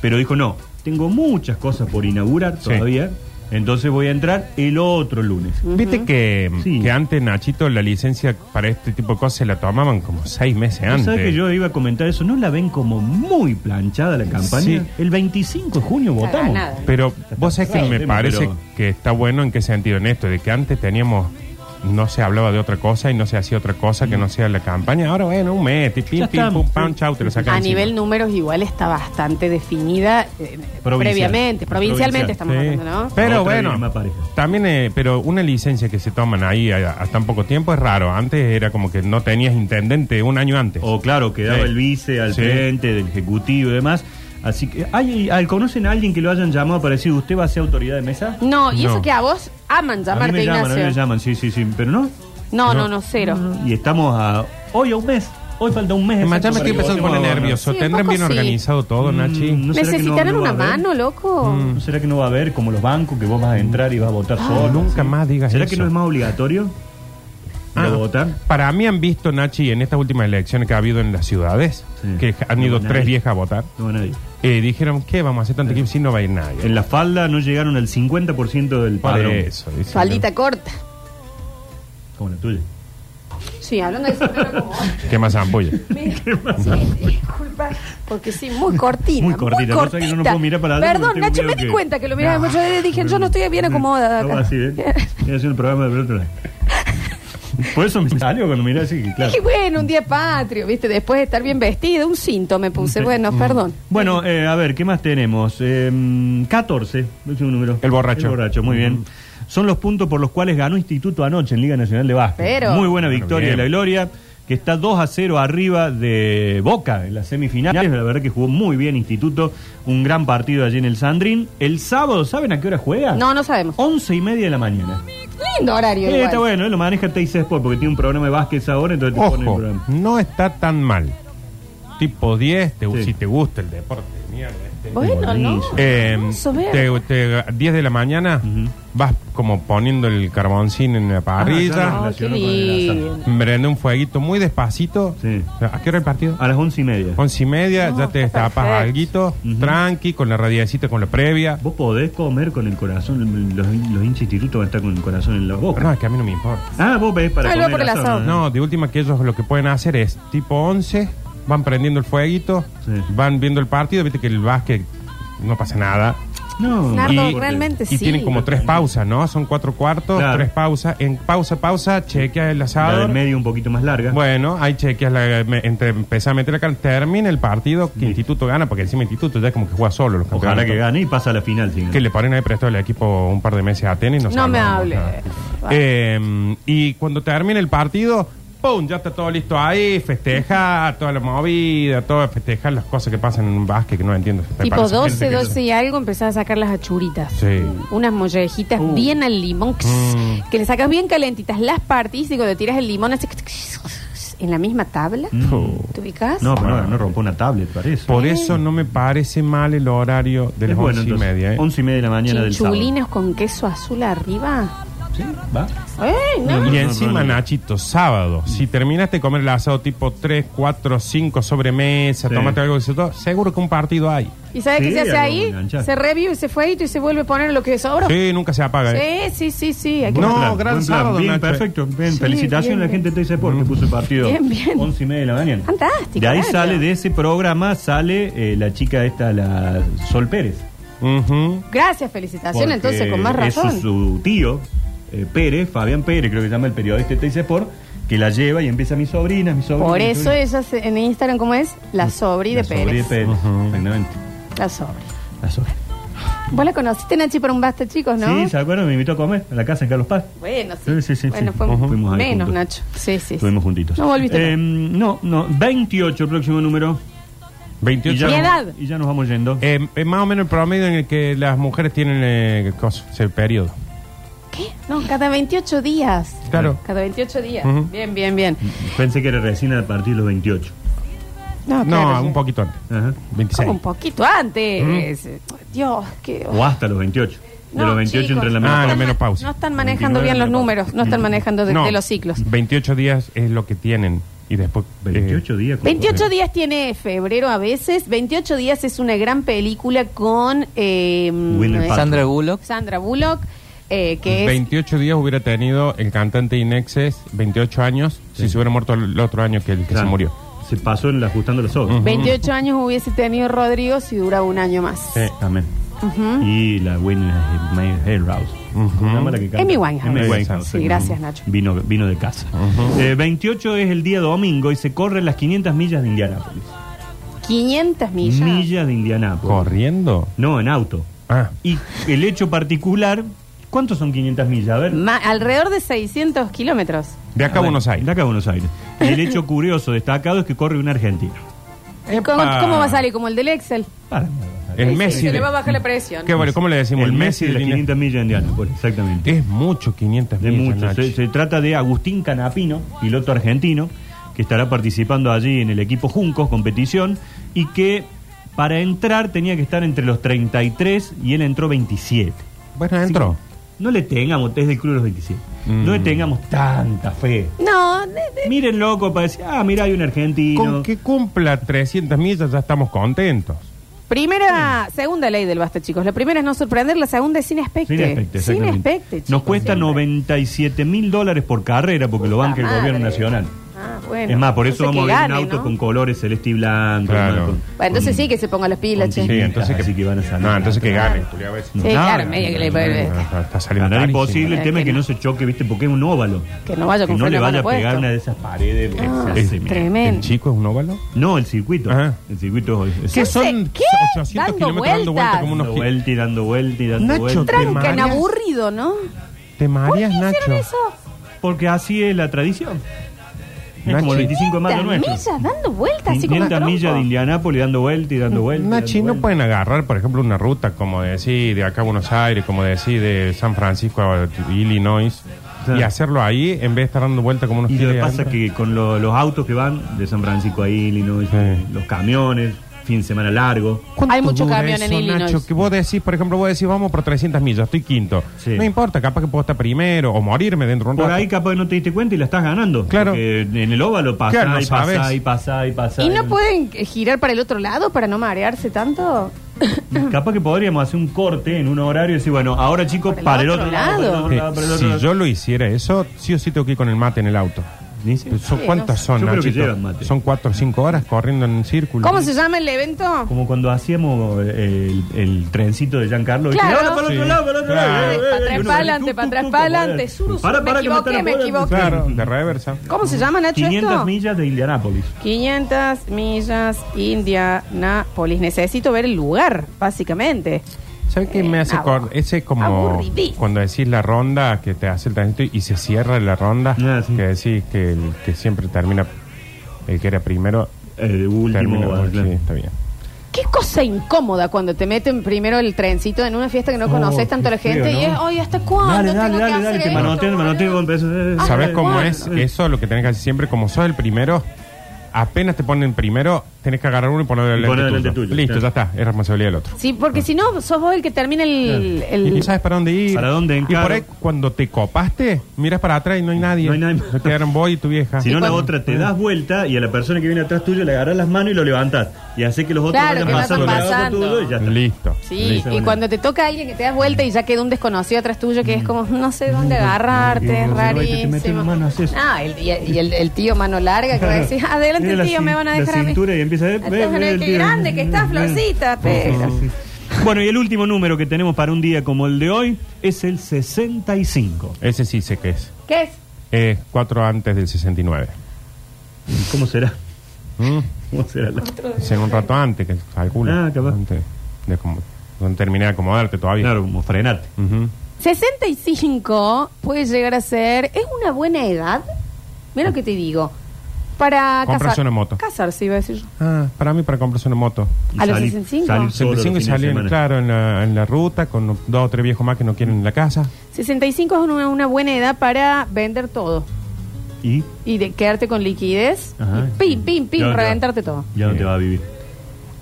[SPEAKER 5] pero dijo no, tengo muchas cosas por inaugurar
[SPEAKER 4] Sí.
[SPEAKER 5] todavía, entonces voy a entrar el otro lunes.
[SPEAKER 4] Viste que,
[SPEAKER 5] Sí.
[SPEAKER 4] que antes Nachito la licencia para este tipo de cosas se la tomaban como seis meses
[SPEAKER 5] ¿Vos
[SPEAKER 4] antes.
[SPEAKER 5] ¿Sabes que yo iba a comentar eso? ¿No la ven como muy planchada la campaña?
[SPEAKER 4] Sí.
[SPEAKER 5] El 25 de junio
[SPEAKER 1] Está
[SPEAKER 5] votamos.
[SPEAKER 1] ganada.
[SPEAKER 4] Pero vos sabés que
[SPEAKER 5] Sí,
[SPEAKER 4] me
[SPEAKER 5] pero-
[SPEAKER 4] parece que está bueno en qué sentido en esto, de que antes teníamos, no se hablaba de otra cosa y no se hacía otra cosa que no sea la campaña. Ahora bueno, un mes, ti, pim,
[SPEAKER 5] Mm. Ya
[SPEAKER 4] pim,
[SPEAKER 5] está.
[SPEAKER 4] pum, pam, chau, te lo sacan.
[SPEAKER 1] A
[SPEAKER 4] encima.
[SPEAKER 1] nivel números igual está bastante definida eh,
[SPEAKER 5] Provincial.
[SPEAKER 1] previamente, provincialmente
[SPEAKER 5] Provincial,
[SPEAKER 1] estamos
[SPEAKER 4] Sí.
[SPEAKER 1] hablando, ¿no?
[SPEAKER 5] La
[SPEAKER 4] Pero
[SPEAKER 5] otra
[SPEAKER 4] bueno,
[SPEAKER 5] viene más pareja.
[SPEAKER 4] también, eh, pero una licencia que se toman ahí a, a tan poco tiempo es raro. Antes era como que no tenías intendente un año antes.
[SPEAKER 5] O claro,
[SPEAKER 4] Sí.
[SPEAKER 5] quedaba el vice al
[SPEAKER 4] Sí.
[SPEAKER 5] frente del ejecutivo y demás. Así que, ¿hay, hay- ¿conocen a alguien que lo hayan llamado para decir, usted va a ser autoridad de mesa?
[SPEAKER 1] No, y
[SPEAKER 4] No.
[SPEAKER 1] eso que a vos aman
[SPEAKER 5] a mí
[SPEAKER 1] llamarte
[SPEAKER 5] me llaman, a mí
[SPEAKER 1] Ignacio.
[SPEAKER 5] me llaman, sí, sí, sí, pero no.
[SPEAKER 1] no, no, no, cero.
[SPEAKER 5] Y estamos a, hoy a un mes. Hoy falta un mes.
[SPEAKER 4] En Machá
[SPEAKER 5] exacto
[SPEAKER 4] me
[SPEAKER 5] para
[SPEAKER 4] estoy
[SPEAKER 5] que
[SPEAKER 4] empezando a
[SPEAKER 5] volvamos
[SPEAKER 4] poner
[SPEAKER 5] a-
[SPEAKER 1] Sí,
[SPEAKER 4] nervioso.
[SPEAKER 1] un
[SPEAKER 4] ¿Tendrán
[SPEAKER 1] poco
[SPEAKER 4] bien
[SPEAKER 1] sí.
[SPEAKER 4] organizado todo,
[SPEAKER 5] Mm,
[SPEAKER 4] Nachi?
[SPEAKER 5] no ¿eh? será que
[SPEAKER 1] ¿Necesitarán
[SPEAKER 5] no- no
[SPEAKER 1] una
[SPEAKER 5] va a haber?
[SPEAKER 1] mano, loco?
[SPEAKER 5] ¿No será que no va a haber como los bancos que vos vas a entrar y vas a votar solo?
[SPEAKER 4] Ah, nunca más digas
[SPEAKER 5] ¿Será
[SPEAKER 4] eso.
[SPEAKER 5] que no es más obligatorio ir
[SPEAKER 4] Ah.
[SPEAKER 5] a votar?
[SPEAKER 4] Para mí han visto, Nachi, en estas últimas elecciones que ha habido en las ciudades,
[SPEAKER 5] Sí.
[SPEAKER 4] que han
[SPEAKER 5] No
[SPEAKER 4] ido
[SPEAKER 5] va nadie.
[SPEAKER 4] tres viejas a votar,
[SPEAKER 5] No va nadie.
[SPEAKER 4] eh, dijeron, ¿qué vamos a hacer tanto equipo si no va a ir nadie?
[SPEAKER 5] En la falda no llegaron al 50% del
[SPEAKER 4] Por
[SPEAKER 5] padrón.
[SPEAKER 4] eso. dicen.
[SPEAKER 1] Faldita corta.
[SPEAKER 5] Como la tuya.
[SPEAKER 1] Sí, hablando de eso, pero como-
[SPEAKER 4] ¿Qué más ampolla?
[SPEAKER 1] Sí, disculpa, porque sí, muy cortina.
[SPEAKER 5] Muy cortita, cosa que yo no puedo mirar para adelante
[SPEAKER 1] Perdón,
[SPEAKER 5] porque tengo
[SPEAKER 1] Nacho, me
[SPEAKER 5] miedo
[SPEAKER 1] di
[SPEAKER 5] que-
[SPEAKER 1] cuenta que lo miraba
[SPEAKER 4] No.
[SPEAKER 1] mucho. Yo dije, yo no estoy bien acomodada
[SPEAKER 5] Estaba
[SPEAKER 1] acá.
[SPEAKER 5] así, ¿eh? Estoy haciendo un programa del otro lado. Por eso me salió cuando miré así, que claro.
[SPEAKER 1] Dije, bueno, un día patrio, ¿viste? Después de estar bien vestida, un cinto me puse.
[SPEAKER 5] Mm.
[SPEAKER 1] Bueno, perdón.
[SPEAKER 5] Bueno, eh, a ver, ¿qué más tenemos? Em, 14, último número.
[SPEAKER 4] El borracho.
[SPEAKER 5] El borracho, muy bien. Son los puntos por los cuales ganó Instituto anoche en Liga Nacional de Básquet.
[SPEAKER 1] Pero-
[SPEAKER 5] Muy buena
[SPEAKER 4] Bueno,
[SPEAKER 5] victoria de
[SPEAKER 4] bien.
[SPEAKER 5] la Gloria, que está 2 a 0 arriba de Boca en las semifinales. La verdad que jugó muy bien Instituto. Un gran partido allí en el Sandrín. El sábado, ¿saben a qué hora juega?
[SPEAKER 1] No, no sabemos.
[SPEAKER 5] 11 y media de la mañana.
[SPEAKER 1] Lindo horario.
[SPEAKER 5] Eh,
[SPEAKER 1] igual.
[SPEAKER 5] está bueno, eh, lo maneja TIC Sport porque tiene un programa de básquet ahora, entonces te pone el
[SPEAKER 4] Ojo,
[SPEAKER 5] programa.
[SPEAKER 4] no está tan mal. Tipo 10, te-
[SPEAKER 5] Sí.
[SPEAKER 4] si te gusta el deporte, mierda. este.
[SPEAKER 1] Bueno, Ah, ¿no?
[SPEAKER 5] Buenísimo.
[SPEAKER 4] Eh,
[SPEAKER 1] Hermoso, ver.
[SPEAKER 5] Em,
[SPEAKER 4] te- te- 10 de la mañana vas como poniendo el carboncín en la
[SPEAKER 5] Ah, ya
[SPEAKER 4] parrilla,
[SPEAKER 5] no.
[SPEAKER 1] Ay, qué lindo.
[SPEAKER 4] prende un fueguito muy despacito.
[SPEAKER 5] Sí.
[SPEAKER 4] ¿A qué hora el partido?
[SPEAKER 5] A las once y media.
[SPEAKER 4] Once y media,
[SPEAKER 1] No,
[SPEAKER 4] ya te
[SPEAKER 1] está
[SPEAKER 4] destapas
[SPEAKER 1] perfecto.
[SPEAKER 4] alguito, tranqui, con la radiecita, con la previa.
[SPEAKER 5] Vos podés comer con el corazón, los, los hinchas institutos van a estar con el corazón en la boca.
[SPEAKER 4] No, es que a mí no me importa.
[SPEAKER 5] Ah, vos ves para
[SPEAKER 1] Ah, lo
[SPEAKER 5] comer
[SPEAKER 1] por el asado.
[SPEAKER 4] No, de última que ellos lo que pueden hacer es, tipo 11, van prendiendo el fueguito,
[SPEAKER 5] Sí.
[SPEAKER 4] van viendo el partido, viste que el básquet no pasa nada.
[SPEAKER 5] No,
[SPEAKER 1] Nardo,
[SPEAKER 4] Y-
[SPEAKER 1] realmente sí.
[SPEAKER 4] Y tienen como tres pausas, ¿no? Son cuatro cuartos,
[SPEAKER 5] Claro.
[SPEAKER 4] tres pausas. En pausa, pausa, chequea el
[SPEAKER 5] La
[SPEAKER 4] asado.
[SPEAKER 5] del medio un poquito más larga.
[SPEAKER 4] Bueno, ahí chequeas, la, me- entre, empezás a meter la carne, termina el partido, que Instituto gana, porque encima Instituto ya como que juega solo los
[SPEAKER 5] Ojalá
[SPEAKER 4] campeonatos.
[SPEAKER 5] que gane y pasa a la final. si no.
[SPEAKER 4] Que le ponen ahí prestado el equipo un par de meses a tenis. nos
[SPEAKER 1] No me
[SPEAKER 4] salvamos,
[SPEAKER 1] hable.
[SPEAKER 4] ¿no? Eh, y cuando termine el partido, ¡pum! Ya está todo listo ahí, festejar toda la movida, todo, festejar las cosas que pasan en un básquet que no entiendo. Me
[SPEAKER 1] Tipo
[SPEAKER 4] parece
[SPEAKER 1] 12,
[SPEAKER 4] gente que-
[SPEAKER 1] 12 y algo, empezás a sacar las achuritas.
[SPEAKER 4] Sí.
[SPEAKER 1] Unas mollejitas
[SPEAKER 5] Uh.
[SPEAKER 1] bien al limón,
[SPEAKER 4] Mm.
[SPEAKER 1] que le sacas bien calentitas, las partís y cuando tiras el limón así, en la misma tabla.
[SPEAKER 5] Mm.
[SPEAKER 1] ¿Te ubicas?
[SPEAKER 5] No, pero no, no rompo una tablet, parece.
[SPEAKER 4] Por eso no me parece mal el horario de
[SPEAKER 5] Es
[SPEAKER 4] las
[SPEAKER 5] bueno,
[SPEAKER 4] once y
[SPEAKER 5] entonces,
[SPEAKER 4] media. ¿eh?
[SPEAKER 5] once y media de la mañana del sábado.
[SPEAKER 1] Chinchulinos con queso azul arriba.
[SPEAKER 5] Sí, va.
[SPEAKER 1] ¡Ey, no!
[SPEAKER 4] Y
[SPEAKER 5] no,
[SPEAKER 4] encima,
[SPEAKER 5] no, no.
[SPEAKER 4] Nachito, sábado, si terminaste de comer el asado tipo 3, 4, 5 sobremesa,
[SPEAKER 5] Sí.
[SPEAKER 4] tomate algo, eso todo, seguro que un partido hay.
[SPEAKER 1] ¿Y sabes qué
[SPEAKER 5] Sí,
[SPEAKER 1] se hace
[SPEAKER 5] algo
[SPEAKER 1] ahí?
[SPEAKER 5] enganchado.
[SPEAKER 1] Se revive ese fueguito y se vuelve a poner lo que sobró. Sí,
[SPEAKER 4] Sí, nunca se apaga. ¿eh?
[SPEAKER 1] sí, sí, sí. hay que-
[SPEAKER 4] No, gran
[SPEAKER 5] buen plan.
[SPEAKER 4] sábado,
[SPEAKER 5] Bien,
[SPEAKER 4] Nacho. Mm.
[SPEAKER 5] perfecto. Bien,
[SPEAKER 1] Sí,
[SPEAKER 5] felicitaciones
[SPEAKER 1] bien,
[SPEAKER 5] a la gente de Teis Sport que puso el partido.
[SPEAKER 1] Bien, bien.
[SPEAKER 5] Once y media de la mañana.
[SPEAKER 1] Fantástico,
[SPEAKER 5] De ahí
[SPEAKER 1] Nacho.
[SPEAKER 5] sale, de ese programa sale eh, la chica esta, la Sol Pérez.
[SPEAKER 4] Ujú.
[SPEAKER 1] Gracias, felicitaciones
[SPEAKER 5] Porque
[SPEAKER 1] entonces, con más
[SPEAKER 5] es
[SPEAKER 1] razón.
[SPEAKER 5] su, su tío, eh, Pérez, Fabián Pérez, creo que se llama el periodista de Teis Sport, que la lleva y empieza mi sobrina, mi sobrina.
[SPEAKER 1] Por
[SPEAKER 5] mi
[SPEAKER 1] eso
[SPEAKER 5] sobrina".
[SPEAKER 1] ella se- en Instagram, ¿cómo es? La Sobri de
[SPEAKER 5] La sobri
[SPEAKER 1] Pérez.
[SPEAKER 5] Pérez, exactamente.
[SPEAKER 1] La Sobri.
[SPEAKER 5] La sobri.
[SPEAKER 1] Vos la conociste, Nachi, por un basta, chicos, ¿no?
[SPEAKER 5] Sí, ¿se acuerdan? Me invitó a comer a la casa en Carlos Paz.
[SPEAKER 1] Bueno, sí.
[SPEAKER 5] Sí, sí, sí,
[SPEAKER 1] bueno,
[SPEAKER 5] sí.
[SPEAKER 1] fue
[SPEAKER 5] Ujú. Fuimos ahí
[SPEAKER 1] menos,
[SPEAKER 5] juntos.
[SPEAKER 1] Nacho. Sí, sí. sí.
[SPEAKER 5] Estuvimos juntitos.
[SPEAKER 1] No volviste.
[SPEAKER 5] Eh, no, no. 28, próximo número. Y
[SPEAKER 4] 28.
[SPEAKER 5] ya,
[SPEAKER 1] Mi
[SPEAKER 5] nos-
[SPEAKER 1] edad.
[SPEAKER 5] y ya nos vamos yendo.
[SPEAKER 4] Eh, es más o menos el promedio en el que las mujeres tienen eh, cosas, el periodo.
[SPEAKER 1] ¿Qué? No, cada 28 días.
[SPEAKER 4] Claro.
[SPEAKER 1] Cada 28 días.
[SPEAKER 4] Ujú.
[SPEAKER 1] Bien, bien, bien.
[SPEAKER 5] Pensé que era recién a partir de los 28.
[SPEAKER 1] No,
[SPEAKER 4] No,
[SPEAKER 1] claro, sí.
[SPEAKER 4] un poquito antes.
[SPEAKER 5] Ajá.
[SPEAKER 4] 26.
[SPEAKER 1] Como un poquito antes. Dios, qué...
[SPEAKER 5] O hasta los 28. de los 28
[SPEAKER 1] chicos,
[SPEAKER 5] entre la
[SPEAKER 1] no están ma-
[SPEAKER 4] Ah, la
[SPEAKER 5] menopausia.
[SPEAKER 4] menopausia.
[SPEAKER 1] No están manejando
[SPEAKER 5] 29
[SPEAKER 1] bien los
[SPEAKER 5] la menopausia.
[SPEAKER 1] números, no están manejando de,
[SPEAKER 4] No,
[SPEAKER 1] de los ciclos.
[SPEAKER 4] 28 días es lo que tienen y después... eh,
[SPEAKER 5] 28 días. como
[SPEAKER 1] 28 días tiene febrero a veces. 28 días es una gran película con eh,
[SPEAKER 5] Gwyneth
[SPEAKER 1] eh,
[SPEAKER 5] Paltrow.
[SPEAKER 2] Sandra Bullock.
[SPEAKER 1] Sandra Bullock, eh, que es...
[SPEAKER 4] 28 días hubiera tenido el cantante Inexes, 28 años, si se hubiera muerto el otro año que el que
[SPEAKER 5] Claro.
[SPEAKER 4] se murió.
[SPEAKER 5] Se pasó en la ajustando los ojos.
[SPEAKER 1] 28 años hubiese tenido Rodrigo si duraba un año más.
[SPEAKER 5] Sí, también. Eh, Y la Winner May House.
[SPEAKER 1] Amy Winehouse.
[SPEAKER 5] Amy Winehouse.
[SPEAKER 1] Sí, gracias, Nacho.
[SPEAKER 5] Vino, vino de casa. Eh, 28 es el día domingo y se corren las 500 millas de Indianápolis.
[SPEAKER 1] 500 millas.
[SPEAKER 5] Millas de Indianápolis.
[SPEAKER 4] ¿Corriendo?
[SPEAKER 5] No, en auto.
[SPEAKER 4] Ah.
[SPEAKER 5] Y el hecho particular, ¿cuántos son 500 millas? A ver.
[SPEAKER 1] Ma- alrededor de 600 kilómetros.
[SPEAKER 4] De acá a
[SPEAKER 5] ver,
[SPEAKER 4] Buenos Aires.
[SPEAKER 5] De acá a Buenos Aires. Y el hecho curioso, destacado, es que corre un argentino.
[SPEAKER 1] ¿Cómo, cómo va a salir? Como el del Excel.
[SPEAKER 5] Para nada.
[SPEAKER 4] El
[SPEAKER 1] Sí,
[SPEAKER 4] Messi.
[SPEAKER 1] Se
[SPEAKER 4] de-
[SPEAKER 1] le va a bajar la presión.
[SPEAKER 4] Qué bueno, ¿cómo le decimos?
[SPEAKER 5] El Messi de las
[SPEAKER 4] Inés.
[SPEAKER 5] 500 millas de Indianápolis, exactamente.
[SPEAKER 4] Es mucho 500
[SPEAKER 5] De
[SPEAKER 4] millas,
[SPEAKER 5] muchos.
[SPEAKER 4] Nachi.
[SPEAKER 5] Se, se trata de Agustín Canapino, piloto argentino, que estará participando allí en el equipo Juncos, competición, y que para entrar tenía que estar entre los 33 y él entró 27.
[SPEAKER 4] Bueno, entró.
[SPEAKER 5] No le tengamos, es del club de los 27, no le tengamos tanta fe.
[SPEAKER 1] No, de- de-
[SPEAKER 5] Miren loco para decir, ah, mira, hay un argentino.
[SPEAKER 4] Con que cumpla 300 millas ya estamos contentos.
[SPEAKER 1] primera, segunda ley del basta, chicos. La primera es no sorprender, la segunda es sin aspecte.
[SPEAKER 5] Sin expecte,
[SPEAKER 1] Sin
[SPEAKER 5] exactamente.
[SPEAKER 1] aspecte, chicos.
[SPEAKER 5] Nos cuesta 97 mil dólares por carrera porque lo
[SPEAKER 1] Puta
[SPEAKER 5] banca el gobierno
[SPEAKER 1] madre.
[SPEAKER 5] nacional.
[SPEAKER 1] Ah, bueno.
[SPEAKER 5] es más, por eso
[SPEAKER 1] Entonces
[SPEAKER 5] vamos
[SPEAKER 1] que
[SPEAKER 5] a ver un
[SPEAKER 1] gane,
[SPEAKER 5] auto
[SPEAKER 1] ¿no?
[SPEAKER 5] con colores celeste y blanco.
[SPEAKER 4] Claro.
[SPEAKER 5] ¿no? Con-
[SPEAKER 1] Bueno, entonces
[SPEAKER 5] con-
[SPEAKER 1] sí que se ponga las pilas, che.
[SPEAKER 5] Sí,
[SPEAKER 4] Sí, entonces
[SPEAKER 5] así que van a salir.
[SPEAKER 4] No, entonces que gane, Julio, a ver si-
[SPEAKER 1] Sí, claro, medio que le puede-
[SPEAKER 4] No, no, Está saliendo
[SPEAKER 5] Ganar
[SPEAKER 4] carísimo.
[SPEAKER 5] imposible, el tema es que no se choque, ¿viste? Porque es un óvalo.
[SPEAKER 1] Que Eh, no vaya
[SPEAKER 5] Que
[SPEAKER 1] con
[SPEAKER 5] no
[SPEAKER 1] freno
[SPEAKER 5] le
[SPEAKER 1] de
[SPEAKER 5] vaya a
[SPEAKER 1] mano
[SPEAKER 5] pegar
[SPEAKER 1] puesto.
[SPEAKER 5] una de esas paredes.
[SPEAKER 1] Ah,
[SPEAKER 5] porque se hace, mira.
[SPEAKER 1] Tremendo.
[SPEAKER 4] ¿El chico es un óvalo?
[SPEAKER 5] No, el circuito.
[SPEAKER 4] Ajá.
[SPEAKER 5] El circuito es- es
[SPEAKER 1] sé,
[SPEAKER 4] ¿Qué son
[SPEAKER 1] ¿qué?
[SPEAKER 4] 800
[SPEAKER 1] Dando
[SPEAKER 4] kilómetros dando
[SPEAKER 1] vueltas.
[SPEAKER 4] vueltas como unos
[SPEAKER 5] dando
[SPEAKER 4] gi-
[SPEAKER 5] vuelta y dando vuelta y dando
[SPEAKER 4] Nacho,
[SPEAKER 5] vuelta.
[SPEAKER 4] tranca,
[SPEAKER 1] Trancan,
[SPEAKER 4] Marias.
[SPEAKER 1] aburrido, ¿no?
[SPEAKER 4] ¿Te
[SPEAKER 1] ¿Por qué
[SPEAKER 4] mareas,
[SPEAKER 1] hicieron
[SPEAKER 4] Nacho?
[SPEAKER 1] eso?
[SPEAKER 5] Porque así es la tradición. Es
[SPEAKER 4] Nachi.
[SPEAKER 5] como el 25 de mayo
[SPEAKER 1] Tantas
[SPEAKER 5] nuestro.
[SPEAKER 1] millas dando vueltas así como
[SPEAKER 5] 500 millas de
[SPEAKER 1] tronco.
[SPEAKER 5] Indianápolis dando vuelta y dando vuelta. y dando
[SPEAKER 4] Nachi, ¿no
[SPEAKER 5] vuelta.
[SPEAKER 4] pueden agarrar, por ejemplo, una ruta como decir de acá a Buenos Aires, como decir de San Francisco a Illinois,
[SPEAKER 5] Claro.
[SPEAKER 4] y hacerlo ahí en vez de estar dando vueltas como unos
[SPEAKER 5] Y lo que
[SPEAKER 4] giles
[SPEAKER 5] pasa es
[SPEAKER 4] adentro?
[SPEAKER 5] que con lo- los autos que van de San Francisco a Illinois,
[SPEAKER 4] Sí.
[SPEAKER 5] los camiones, fin de semana largo.
[SPEAKER 4] ¿Cuánto
[SPEAKER 1] Hay mucho
[SPEAKER 4] dura
[SPEAKER 1] camión
[SPEAKER 4] eso,
[SPEAKER 1] en Illinois.
[SPEAKER 4] Nacho, que vos decís, por ejemplo, vos decís, vamos por 300 millas, estoy quinto.
[SPEAKER 5] Sí.
[SPEAKER 4] No importa, capaz que puedo estar primero o morirme dentro de un
[SPEAKER 5] Por
[SPEAKER 4] rato.
[SPEAKER 5] ahí capaz que no te diste cuenta y la estás ganando.
[SPEAKER 4] Claro.
[SPEAKER 5] Porque en el óvalo pasa
[SPEAKER 4] Claro, no
[SPEAKER 5] y pasa
[SPEAKER 4] sabes.
[SPEAKER 5] y pasa y pasa.
[SPEAKER 1] ¿Y no pueden eh, girar para el otro lado para no marearse tanto?
[SPEAKER 5] Capaz que podríamos hacer un corte en un horario y decir, bueno, ahora chicos,
[SPEAKER 1] Por el
[SPEAKER 5] para el
[SPEAKER 1] otro
[SPEAKER 5] otro lado. para el
[SPEAKER 1] lado.
[SPEAKER 5] otro
[SPEAKER 4] Eh,
[SPEAKER 5] lado, para el otro
[SPEAKER 4] si
[SPEAKER 5] lado.
[SPEAKER 4] yo lo hiciera eso, sí o sí tengo que ir con el mate en el auto.
[SPEAKER 5] ¿Dice?
[SPEAKER 4] ¿Son
[SPEAKER 1] Sí, no
[SPEAKER 4] ¿Cuántas
[SPEAKER 1] sé.
[SPEAKER 4] son,
[SPEAKER 5] Yo creo que
[SPEAKER 4] Nachito?
[SPEAKER 5] llevan mate.
[SPEAKER 4] Son cuatro o cinco horas corriendo en círculo.
[SPEAKER 1] ¿Cómo se llama el evento?
[SPEAKER 5] Como cuando hacíamos eh, el, el trencito de Giancarlo. ¿viste?
[SPEAKER 1] Claro.
[SPEAKER 5] Ahora para el otro
[SPEAKER 4] Sí.
[SPEAKER 5] lado, para el otro
[SPEAKER 4] Claro.
[SPEAKER 5] lado. eh, eh,
[SPEAKER 1] Para
[SPEAKER 5] eh,
[SPEAKER 1] atrás,
[SPEAKER 5] y uno
[SPEAKER 1] para
[SPEAKER 5] ahí,
[SPEAKER 1] adelante,
[SPEAKER 5] tuc,
[SPEAKER 1] para
[SPEAKER 5] tuc,
[SPEAKER 1] atrás,
[SPEAKER 5] tuc,
[SPEAKER 1] para
[SPEAKER 5] como
[SPEAKER 1] adelante.
[SPEAKER 5] era.
[SPEAKER 1] Sur, sur,
[SPEAKER 5] Para,
[SPEAKER 1] me
[SPEAKER 5] para, que
[SPEAKER 1] equivoqué,
[SPEAKER 5] están
[SPEAKER 1] me
[SPEAKER 5] afuera.
[SPEAKER 1] equivoqué.
[SPEAKER 4] Claro, de reversa.
[SPEAKER 1] ¿Cómo se llama, Nacho,
[SPEAKER 5] 500
[SPEAKER 1] esto?
[SPEAKER 5] millas de Indianápolis.
[SPEAKER 1] 500 millas Indianápolis. Necesito ver el lugar, básicamente.
[SPEAKER 4] ¿Sabes qué
[SPEAKER 1] Eh,
[SPEAKER 4] me hace
[SPEAKER 1] nada.
[SPEAKER 4] acordar? Ese es como
[SPEAKER 1] Aburridí.
[SPEAKER 4] cuando decís la ronda que te hace el tránsito y se cierra la ronda,
[SPEAKER 5] Ah, sí.
[SPEAKER 4] que decís que, el que siempre termina el que era primero.
[SPEAKER 5] El eh, último.
[SPEAKER 4] termina-
[SPEAKER 5] bueno,
[SPEAKER 4] sí,
[SPEAKER 5] claro.
[SPEAKER 4] está bien.
[SPEAKER 1] Qué cosa incómoda cuando te meten primero el trencito en una fiesta que no conoces tanto a la
[SPEAKER 5] Oh, qué feo,
[SPEAKER 1] gente y es,
[SPEAKER 5] ¿no?
[SPEAKER 1] ay, ¿hasta cuándo
[SPEAKER 5] Dale, dale,
[SPEAKER 1] tengo que
[SPEAKER 5] dale,
[SPEAKER 1] hacer
[SPEAKER 5] dale, te
[SPEAKER 1] esto,
[SPEAKER 5] manotean,
[SPEAKER 1] boludo?
[SPEAKER 5] manotean, vos empezás, eh, eh,
[SPEAKER 1] Ah,
[SPEAKER 4] ¿Sabes
[SPEAKER 5] eh,
[SPEAKER 4] cómo
[SPEAKER 1] bueno.
[SPEAKER 4] es eso? Lo que tenés que hacer siempre, como sos el primero, apenas te ponen primero, tenés que agarrar uno y ponerlo delante,
[SPEAKER 5] ponerlo delante
[SPEAKER 4] tuyo.
[SPEAKER 5] tuyo,
[SPEAKER 4] Listo,
[SPEAKER 5] claro.
[SPEAKER 4] ya está, es responsabilidad del otro.
[SPEAKER 1] Sí, porque si no, sos vos el que termina el...
[SPEAKER 4] Y
[SPEAKER 1] el-
[SPEAKER 4] no sabes para dónde ir.
[SPEAKER 5] ¿Para dónde,
[SPEAKER 4] Y
[SPEAKER 5] encaro?
[SPEAKER 4] por ahí, cuando te copaste, miras para atrás y no hay nadie.
[SPEAKER 5] No hay nadie.
[SPEAKER 4] Se quedaron vos y tu vieja.
[SPEAKER 5] Si no, la otra
[SPEAKER 4] Mm.
[SPEAKER 5] te das vuelta y a la persona que viene atrás tuyo le agarras las manos y lo levantas. Y hace que los otros
[SPEAKER 1] Claro,
[SPEAKER 5] vayan
[SPEAKER 1] que
[SPEAKER 5] pasando,
[SPEAKER 1] vayan
[SPEAKER 5] por debajo
[SPEAKER 1] pasando.
[SPEAKER 5] tuyo y ya está.
[SPEAKER 4] Listo.
[SPEAKER 1] Sí,
[SPEAKER 5] Listo.
[SPEAKER 1] y cuando te toca a alguien que te das vuelta y ya queda un desconocido atrás tuyo que es como, no sé dónde agarrarte, es
[SPEAKER 5] Mm. no, no, no, te meten
[SPEAKER 1] rarísimo.
[SPEAKER 5] la mano, haces.
[SPEAKER 1] Ah, el- y, y el, el tío mano larga que va a decir, adelante
[SPEAKER 5] Mira la
[SPEAKER 1] tío, me
[SPEAKER 5] cin-
[SPEAKER 1] van a
[SPEAKER 5] la
[SPEAKER 1] dejar a mí.
[SPEAKER 5] cintura y empieza a ver, ve,
[SPEAKER 1] Entonces,
[SPEAKER 5] ve
[SPEAKER 1] "Ay,
[SPEAKER 5] el
[SPEAKER 1] qué
[SPEAKER 5] tío". Mm,
[SPEAKER 1] grande que está,
[SPEAKER 5] Ve.
[SPEAKER 1] Florcita, pero...
[SPEAKER 5] mm, Bueno, y el último número que tenemos para un día como el de hoy es el 65.
[SPEAKER 4] Ese sí sé que es.
[SPEAKER 1] ¿Qué es?
[SPEAKER 4] Es cuatro antes del 69.
[SPEAKER 5] ¿Cómo será?
[SPEAKER 4] ¿Mm?
[SPEAKER 5] ¿Cómo será? la-
[SPEAKER 4] Es en un rato antes, que calculo.
[SPEAKER 5] Ah, capaz.
[SPEAKER 4] Antes de como, no terminé de acomodarte todavía.
[SPEAKER 5] Claro, como frenarte.
[SPEAKER 4] Ujú.
[SPEAKER 1] 65 puede llegar a ser. ¿Es una buena edad? Mira lo que te digo. Para
[SPEAKER 4] Comprarse
[SPEAKER 1] casar-
[SPEAKER 4] una moto.
[SPEAKER 1] Casarse, iba a decir. yo.
[SPEAKER 4] Ah, para mí, para comprarse una moto.
[SPEAKER 5] Y
[SPEAKER 1] ¿A los
[SPEAKER 5] salir-
[SPEAKER 1] 65?
[SPEAKER 5] salir solo
[SPEAKER 4] 65
[SPEAKER 5] los
[SPEAKER 4] y
[SPEAKER 5] fines de
[SPEAKER 4] salir,
[SPEAKER 5] semana.
[SPEAKER 4] claro, en la, en la ruta con dos o tres viejos más que no quieren en la casa.
[SPEAKER 1] 65 es una, una buena edad para vender todo.
[SPEAKER 5] Y
[SPEAKER 1] Y de quedarte con liquidez.
[SPEAKER 5] Ajá.
[SPEAKER 1] y pim, pim, pim,
[SPEAKER 5] Ya no te va-
[SPEAKER 1] reventarte todo.
[SPEAKER 5] ya no te va a vivir.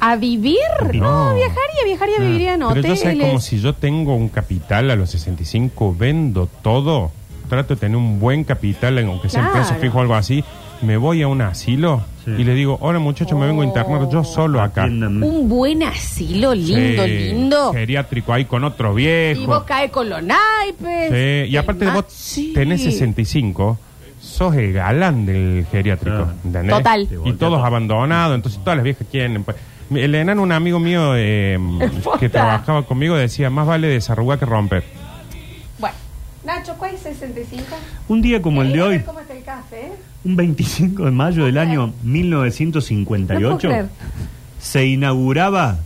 [SPEAKER 1] ¿A vivir? No,
[SPEAKER 4] No.
[SPEAKER 1] viajaría, viajaría, viviría en
[SPEAKER 4] Pero yo
[SPEAKER 1] hoteles.
[SPEAKER 4] sé como si yo tengo un capital a los 65, vendo todo, trato de tener un buen capital, aunque sea en
[SPEAKER 1] Claro.
[SPEAKER 4] plazo fijo o algo así, me voy a un asilo
[SPEAKER 5] Sí. Ah,
[SPEAKER 4] y le digo, hola muchacho, me vengo a internar yo solo acá.
[SPEAKER 5] Atiéndanme.
[SPEAKER 1] Un buen asilo, lindo,
[SPEAKER 4] Mm. Sí,
[SPEAKER 1] lindo.
[SPEAKER 4] Geriátrico ahí con otro viejo.
[SPEAKER 1] Y vos caes con los naipes.
[SPEAKER 4] Sí, y aparte de
[SPEAKER 1] del
[SPEAKER 4] vos
[SPEAKER 1] maxi.
[SPEAKER 4] tenés 65, sos el galán del geriátrico.
[SPEAKER 5] Claro.
[SPEAKER 4] ¿entendés?
[SPEAKER 1] Total.
[SPEAKER 4] Y todos abandonados, entonces todas las viejas quieren. pues. Mi- El enano, un amigo mío eh, que
[SPEAKER 1] Posta.
[SPEAKER 4] trabajaba conmigo, decía: más vale desarrugar que romper.
[SPEAKER 1] Bueno, Nacho, ¿cuál es 65?
[SPEAKER 5] Un día como el de
[SPEAKER 1] Quería Eh, ver
[SPEAKER 5] hoy,
[SPEAKER 1] ¿Cómo está el café? eh.
[SPEAKER 5] un 25 de mayo del año
[SPEAKER 1] No puedo
[SPEAKER 5] 1958,
[SPEAKER 1] creer.
[SPEAKER 5] se inauguraba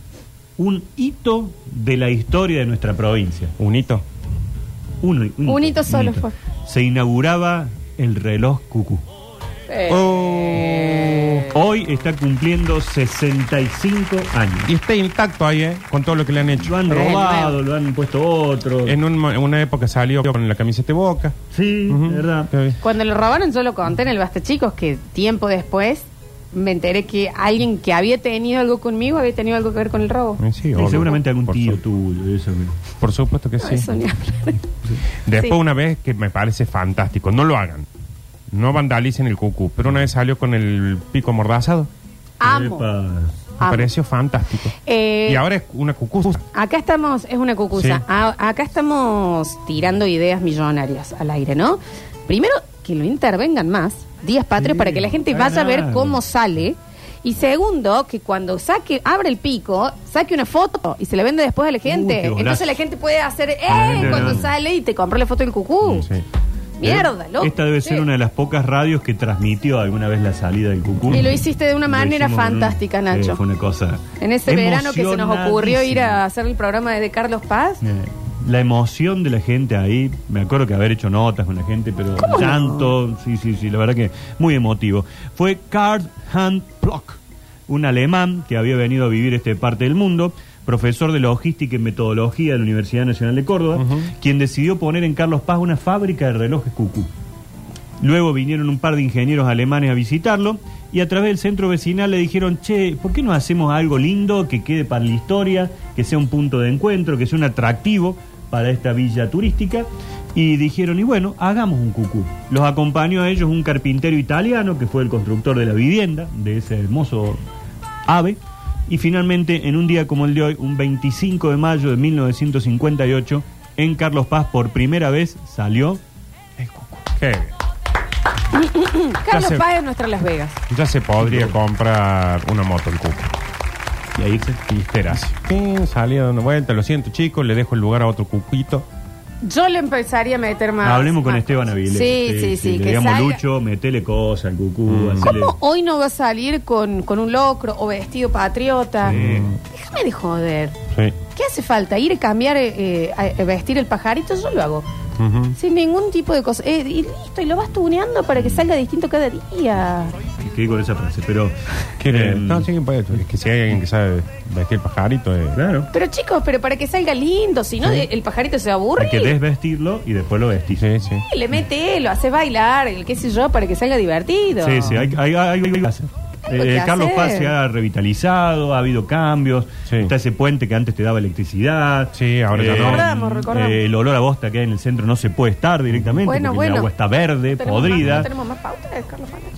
[SPEAKER 5] un hito de la historia de nuestra provincia.
[SPEAKER 4] Un hito.
[SPEAKER 5] Uno, un,
[SPEAKER 1] Un hito solo fue.
[SPEAKER 5] Se inauguraba el reloj cucú.
[SPEAKER 1] Eh,
[SPEAKER 4] Oh,
[SPEAKER 5] Hoy está cumpliendo 65 años.
[SPEAKER 4] Y está intacto ahí, ¿eh? Con todo lo que le han
[SPEAKER 5] Lo
[SPEAKER 4] hecho.
[SPEAKER 5] han
[SPEAKER 1] Eh,
[SPEAKER 5] robado, lo han puesto otro.
[SPEAKER 4] En, un mo- en una época salió con la camiseta de boca.
[SPEAKER 5] Sí,
[SPEAKER 4] Ujú.
[SPEAKER 5] de verdad.
[SPEAKER 4] Está bien.
[SPEAKER 1] Cuando lo robaron, yo lo conté en el Basta Chicos, que tiempo después me enteré que alguien que había tenido algo conmigo había tenido algo que ver con el robo.
[SPEAKER 4] Eh, sí,
[SPEAKER 5] Sí,
[SPEAKER 4] obvio.
[SPEAKER 5] seguramente algún
[SPEAKER 4] Por
[SPEAKER 5] tío
[SPEAKER 4] su-
[SPEAKER 5] tuyo. Eso, mira.
[SPEAKER 4] por supuesto que
[SPEAKER 1] No,
[SPEAKER 4] sí.
[SPEAKER 1] eso ni hablar.
[SPEAKER 4] Después
[SPEAKER 1] Sí.
[SPEAKER 4] una vez que me parece fantástico, no lo hagan. No vandalicen el cucú, pero una vez salió con el pico mordazado.
[SPEAKER 1] Amo.
[SPEAKER 5] Epa.
[SPEAKER 1] amo.
[SPEAKER 4] Me pareció fantástico.
[SPEAKER 1] Ah. Eh,
[SPEAKER 4] y ahora es una cucusa.
[SPEAKER 1] Acá estamos, es una cucusa.
[SPEAKER 4] Sí.
[SPEAKER 1] A- acá estamos tirando ideas millonarias al aire, ¿no? Primero, que lo intervengan más, días patrios,
[SPEAKER 5] Sí,
[SPEAKER 1] para que la gente
[SPEAKER 5] hagan
[SPEAKER 1] vaya a ver
[SPEAKER 5] algo.
[SPEAKER 1] cómo sale. Y segundo, que cuando saque, abre el pico, saque una foto y se la vende después a la
[SPEAKER 5] Uy,
[SPEAKER 1] gente.
[SPEAKER 5] qué golazo.
[SPEAKER 1] Entonces la gente puede hacer, ¡eh!
[SPEAKER 5] Tremendo,
[SPEAKER 1] cuando
[SPEAKER 5] ¿no?
[SPEAKER 1] sale y te compra la foto del cucú.
[SPEAKER 4] Sí.
[SPEAKER 1] ¿Eh? Mierda, loco.
[SPEAKER 5] Esta debe ser
[SPEAKER 1] Sí.
[SPEAKER 5] una de las pocas radios que transmitió alguna vez la salida del cucú.
[SPEAKER 1] Y lo hiciste de una
[SPEAKER 5] Lo
[SPEAKER 1] manera
[SPEAKER 5] hicimos con
[SPEAKER 1] fantástica,
[SPEAKER 5] un-
[SPEAKER 1] Nacho.
[SPEAKER 5] eh, fue una cosa.
[SPEAKER 1] En ese verano que se nos ocurrió ir a hacer el programa de Carlos Paz.
[SPEAKER 5] Eh, La emoción de la gente ahí, me acuerdo que haber hecho notas con la gente, pero tanto, sí, sí, sí, la verdad que muy emotivo. Fue Karl Hand Block, un alemán que había venido a vivir este parte del mundo, profesor de logística y metodología de la Universidad Nacional de Córdoba, quien decidió poner en Carlos Paz una fábrica de relojes cucú. Luego vinieron un par de ingenieros alemanes a visitarlo y a través del centro vecinal le dijeron, che, ¿por qué no hacemos algo lindo que quede para la historia, que sea un punto de encuentro, que sea un atractivo para esta villa turística? Y dijeron, y bueno, hagamos un cucú. Los acompañó a ellos un carpintero italiano que fue el constructor de la vivienda, de ese hermoso ave. Y finalmente, en un día como el de hoy, un 25 de mayo de 1958, en Carlos Paz por primera vez salió
[SPEAKER 4] Qué bien.
[SPEAKER 1] Carlos
[SPEAKER 4] se-
[SPEAKER 1] Paz es nuestra Las Vegas.
[SPEAKER 4] Ya se podría comprar una moto el cucu.
[SPEAKER 5] y ahí se
[SPEAKER 4] Y esperas. Pin, Salía dando vuelta. Lo siento, chicos. Le dejo el lugar a otro cuquito.
[SPEAKER 1] Yo le empezaría a meter más.
[SPEAKER 5] Hablemos con
[SPEAKER 1] más
[SPEAKER 5] Esteban
[SPEAKER 1] cosas.
[SPEAKER 5] Avilés.
[SPEAKER 1] Sí,
[SPEAKER 5] este,
[SPEAKER 1] sí, sí.
[SPEAKER 5] Le
[SPEAKER 1] que
[SPEAKER 5] digamos,
[SPEAKER 1] salga-
[SPEAKER 5] Lucho, metele cosas al cucú.
[SPEAKER 4] Mm.
[SPEAKER 5] hacele-
[SPEAKER 1] ¿Cómo hoy no va a salir con, con un locro o vestido patriota? Déjame de joder.
[SPEAKER 4] Sí.
[SPEAKER 1] ¿Qué hace falta? Ir a cambiar, eh, eh, a- a vestir el pajarito, yo lo hago.
[SPEAKER 4] Ujú.
[SPEAKER 1] Sin ningún tipo de cosa. Eh, y listo, y lo vas tuneando para que salga distinto cada día.
[SPEAKER 5] ¿Qué digo con esa frase? Pero.
[SPEAKER 4] ¿Quiere-
[SPEAKER 5] eh,
[SPEAKER 4] no, sí, pues, es que si hay alguien que sabe vestir pajarito. eh.
[SPEAKER 5] Claro.
[SPEAKER 1] Pero chicos, pero para que salga lindo, si no, eh, el pajarito se aburre.
[SPEAKER 5] Hay que desvestirlo y después lo vestís.
[SPEAKER 4] Sí, sí.
[SPEAKER 1] y Le mete, lo hace bailar, el qué sé yo, para que salga divertido.
[SPEAKER 5] Sí, sí, hay, hay- hay- hay- hay que hacer.
[SPEAKER 1] Algo
[SPEAKER 5] Eh,
[SPEAKER 1] que
[SPEAKER 5] Carlos
[SPEAKER 1] hacer.
[SPEAKER 5] Paz se ha revitalizado, ha habido cambios. eh,
[SPEAKER 4] Sí.
[SPEAKER 5] Está ese puente que antes te daba electricidad.
[SPEAKER 4] Sí, ahora ya no.
[SPEAKER 1] Recordamos, recordamos.
[SPEAKER 5] eh, el olor a bosta que hay en el centro no se puede estar directamente.
[SPEAKER 1] Bueno,
[SPEAKER 5] porque
[SPEAKER 1] bueno.
[SPEAKER 5] El agua está verde,
[SPEAKER 1] ¿Tenemos
[SPEAKER 5] podrida.
[SPEAKER 1] Más, tenemos más pautas, Carlos Panacho?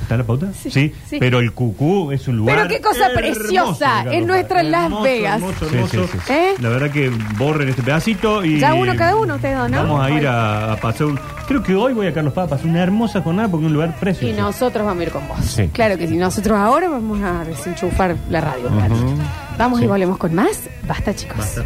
[SPEAKER 5] ¿Está la pauta?
[SPEAKER 1] Sí,
[SPEAKER 5] Sí,
[SPEAKER 1] sí.
[SPEAKER 5] Pero el cucú es un lugar.
[SPEAKER 1] Pero qué cosa preciosa,
[SPEAKER 5] Carlos
[SPEAKER 1] es nuestra
[SPEAKER 5] Paz.
[SPEAKER 1] Las
[SPEAKER 5] Hermoso,
[SPEAKER 1] Vegas.
[SPEAKER 5] hermoso,
[SPEAKER 4] Sí,
[SPEAKER 5] hermoso.
[SPEAKER 4] sí,
[SPEAKER 1] sí. ¿Eh?
[SPEAKER 5] La verdad que borren este pedacito y.
[SPEAKER 1] Ya uno cada uno, ustedes dos, ¿no?
[SPEAKER 5] Vamos a
[SPEAKER 1] Hoy.
[SPEAKER 5] ir a, a pasar un. Creo que hoy voy a Carlos Paz a pasar una hermosa jornada porque es un lugar
[SPEAKER 1] Y
[SPEAKER 5] precioso.
[SPEAKER 1] nosotros vamos a ir con vos.
[SPEAKER 4] Sí.
[SPEAKER 1] Claro que sí. Nosotros ahora vamos a desenchufar la radio. un ratito. Vamos y volvemos con más. Basta, chicos.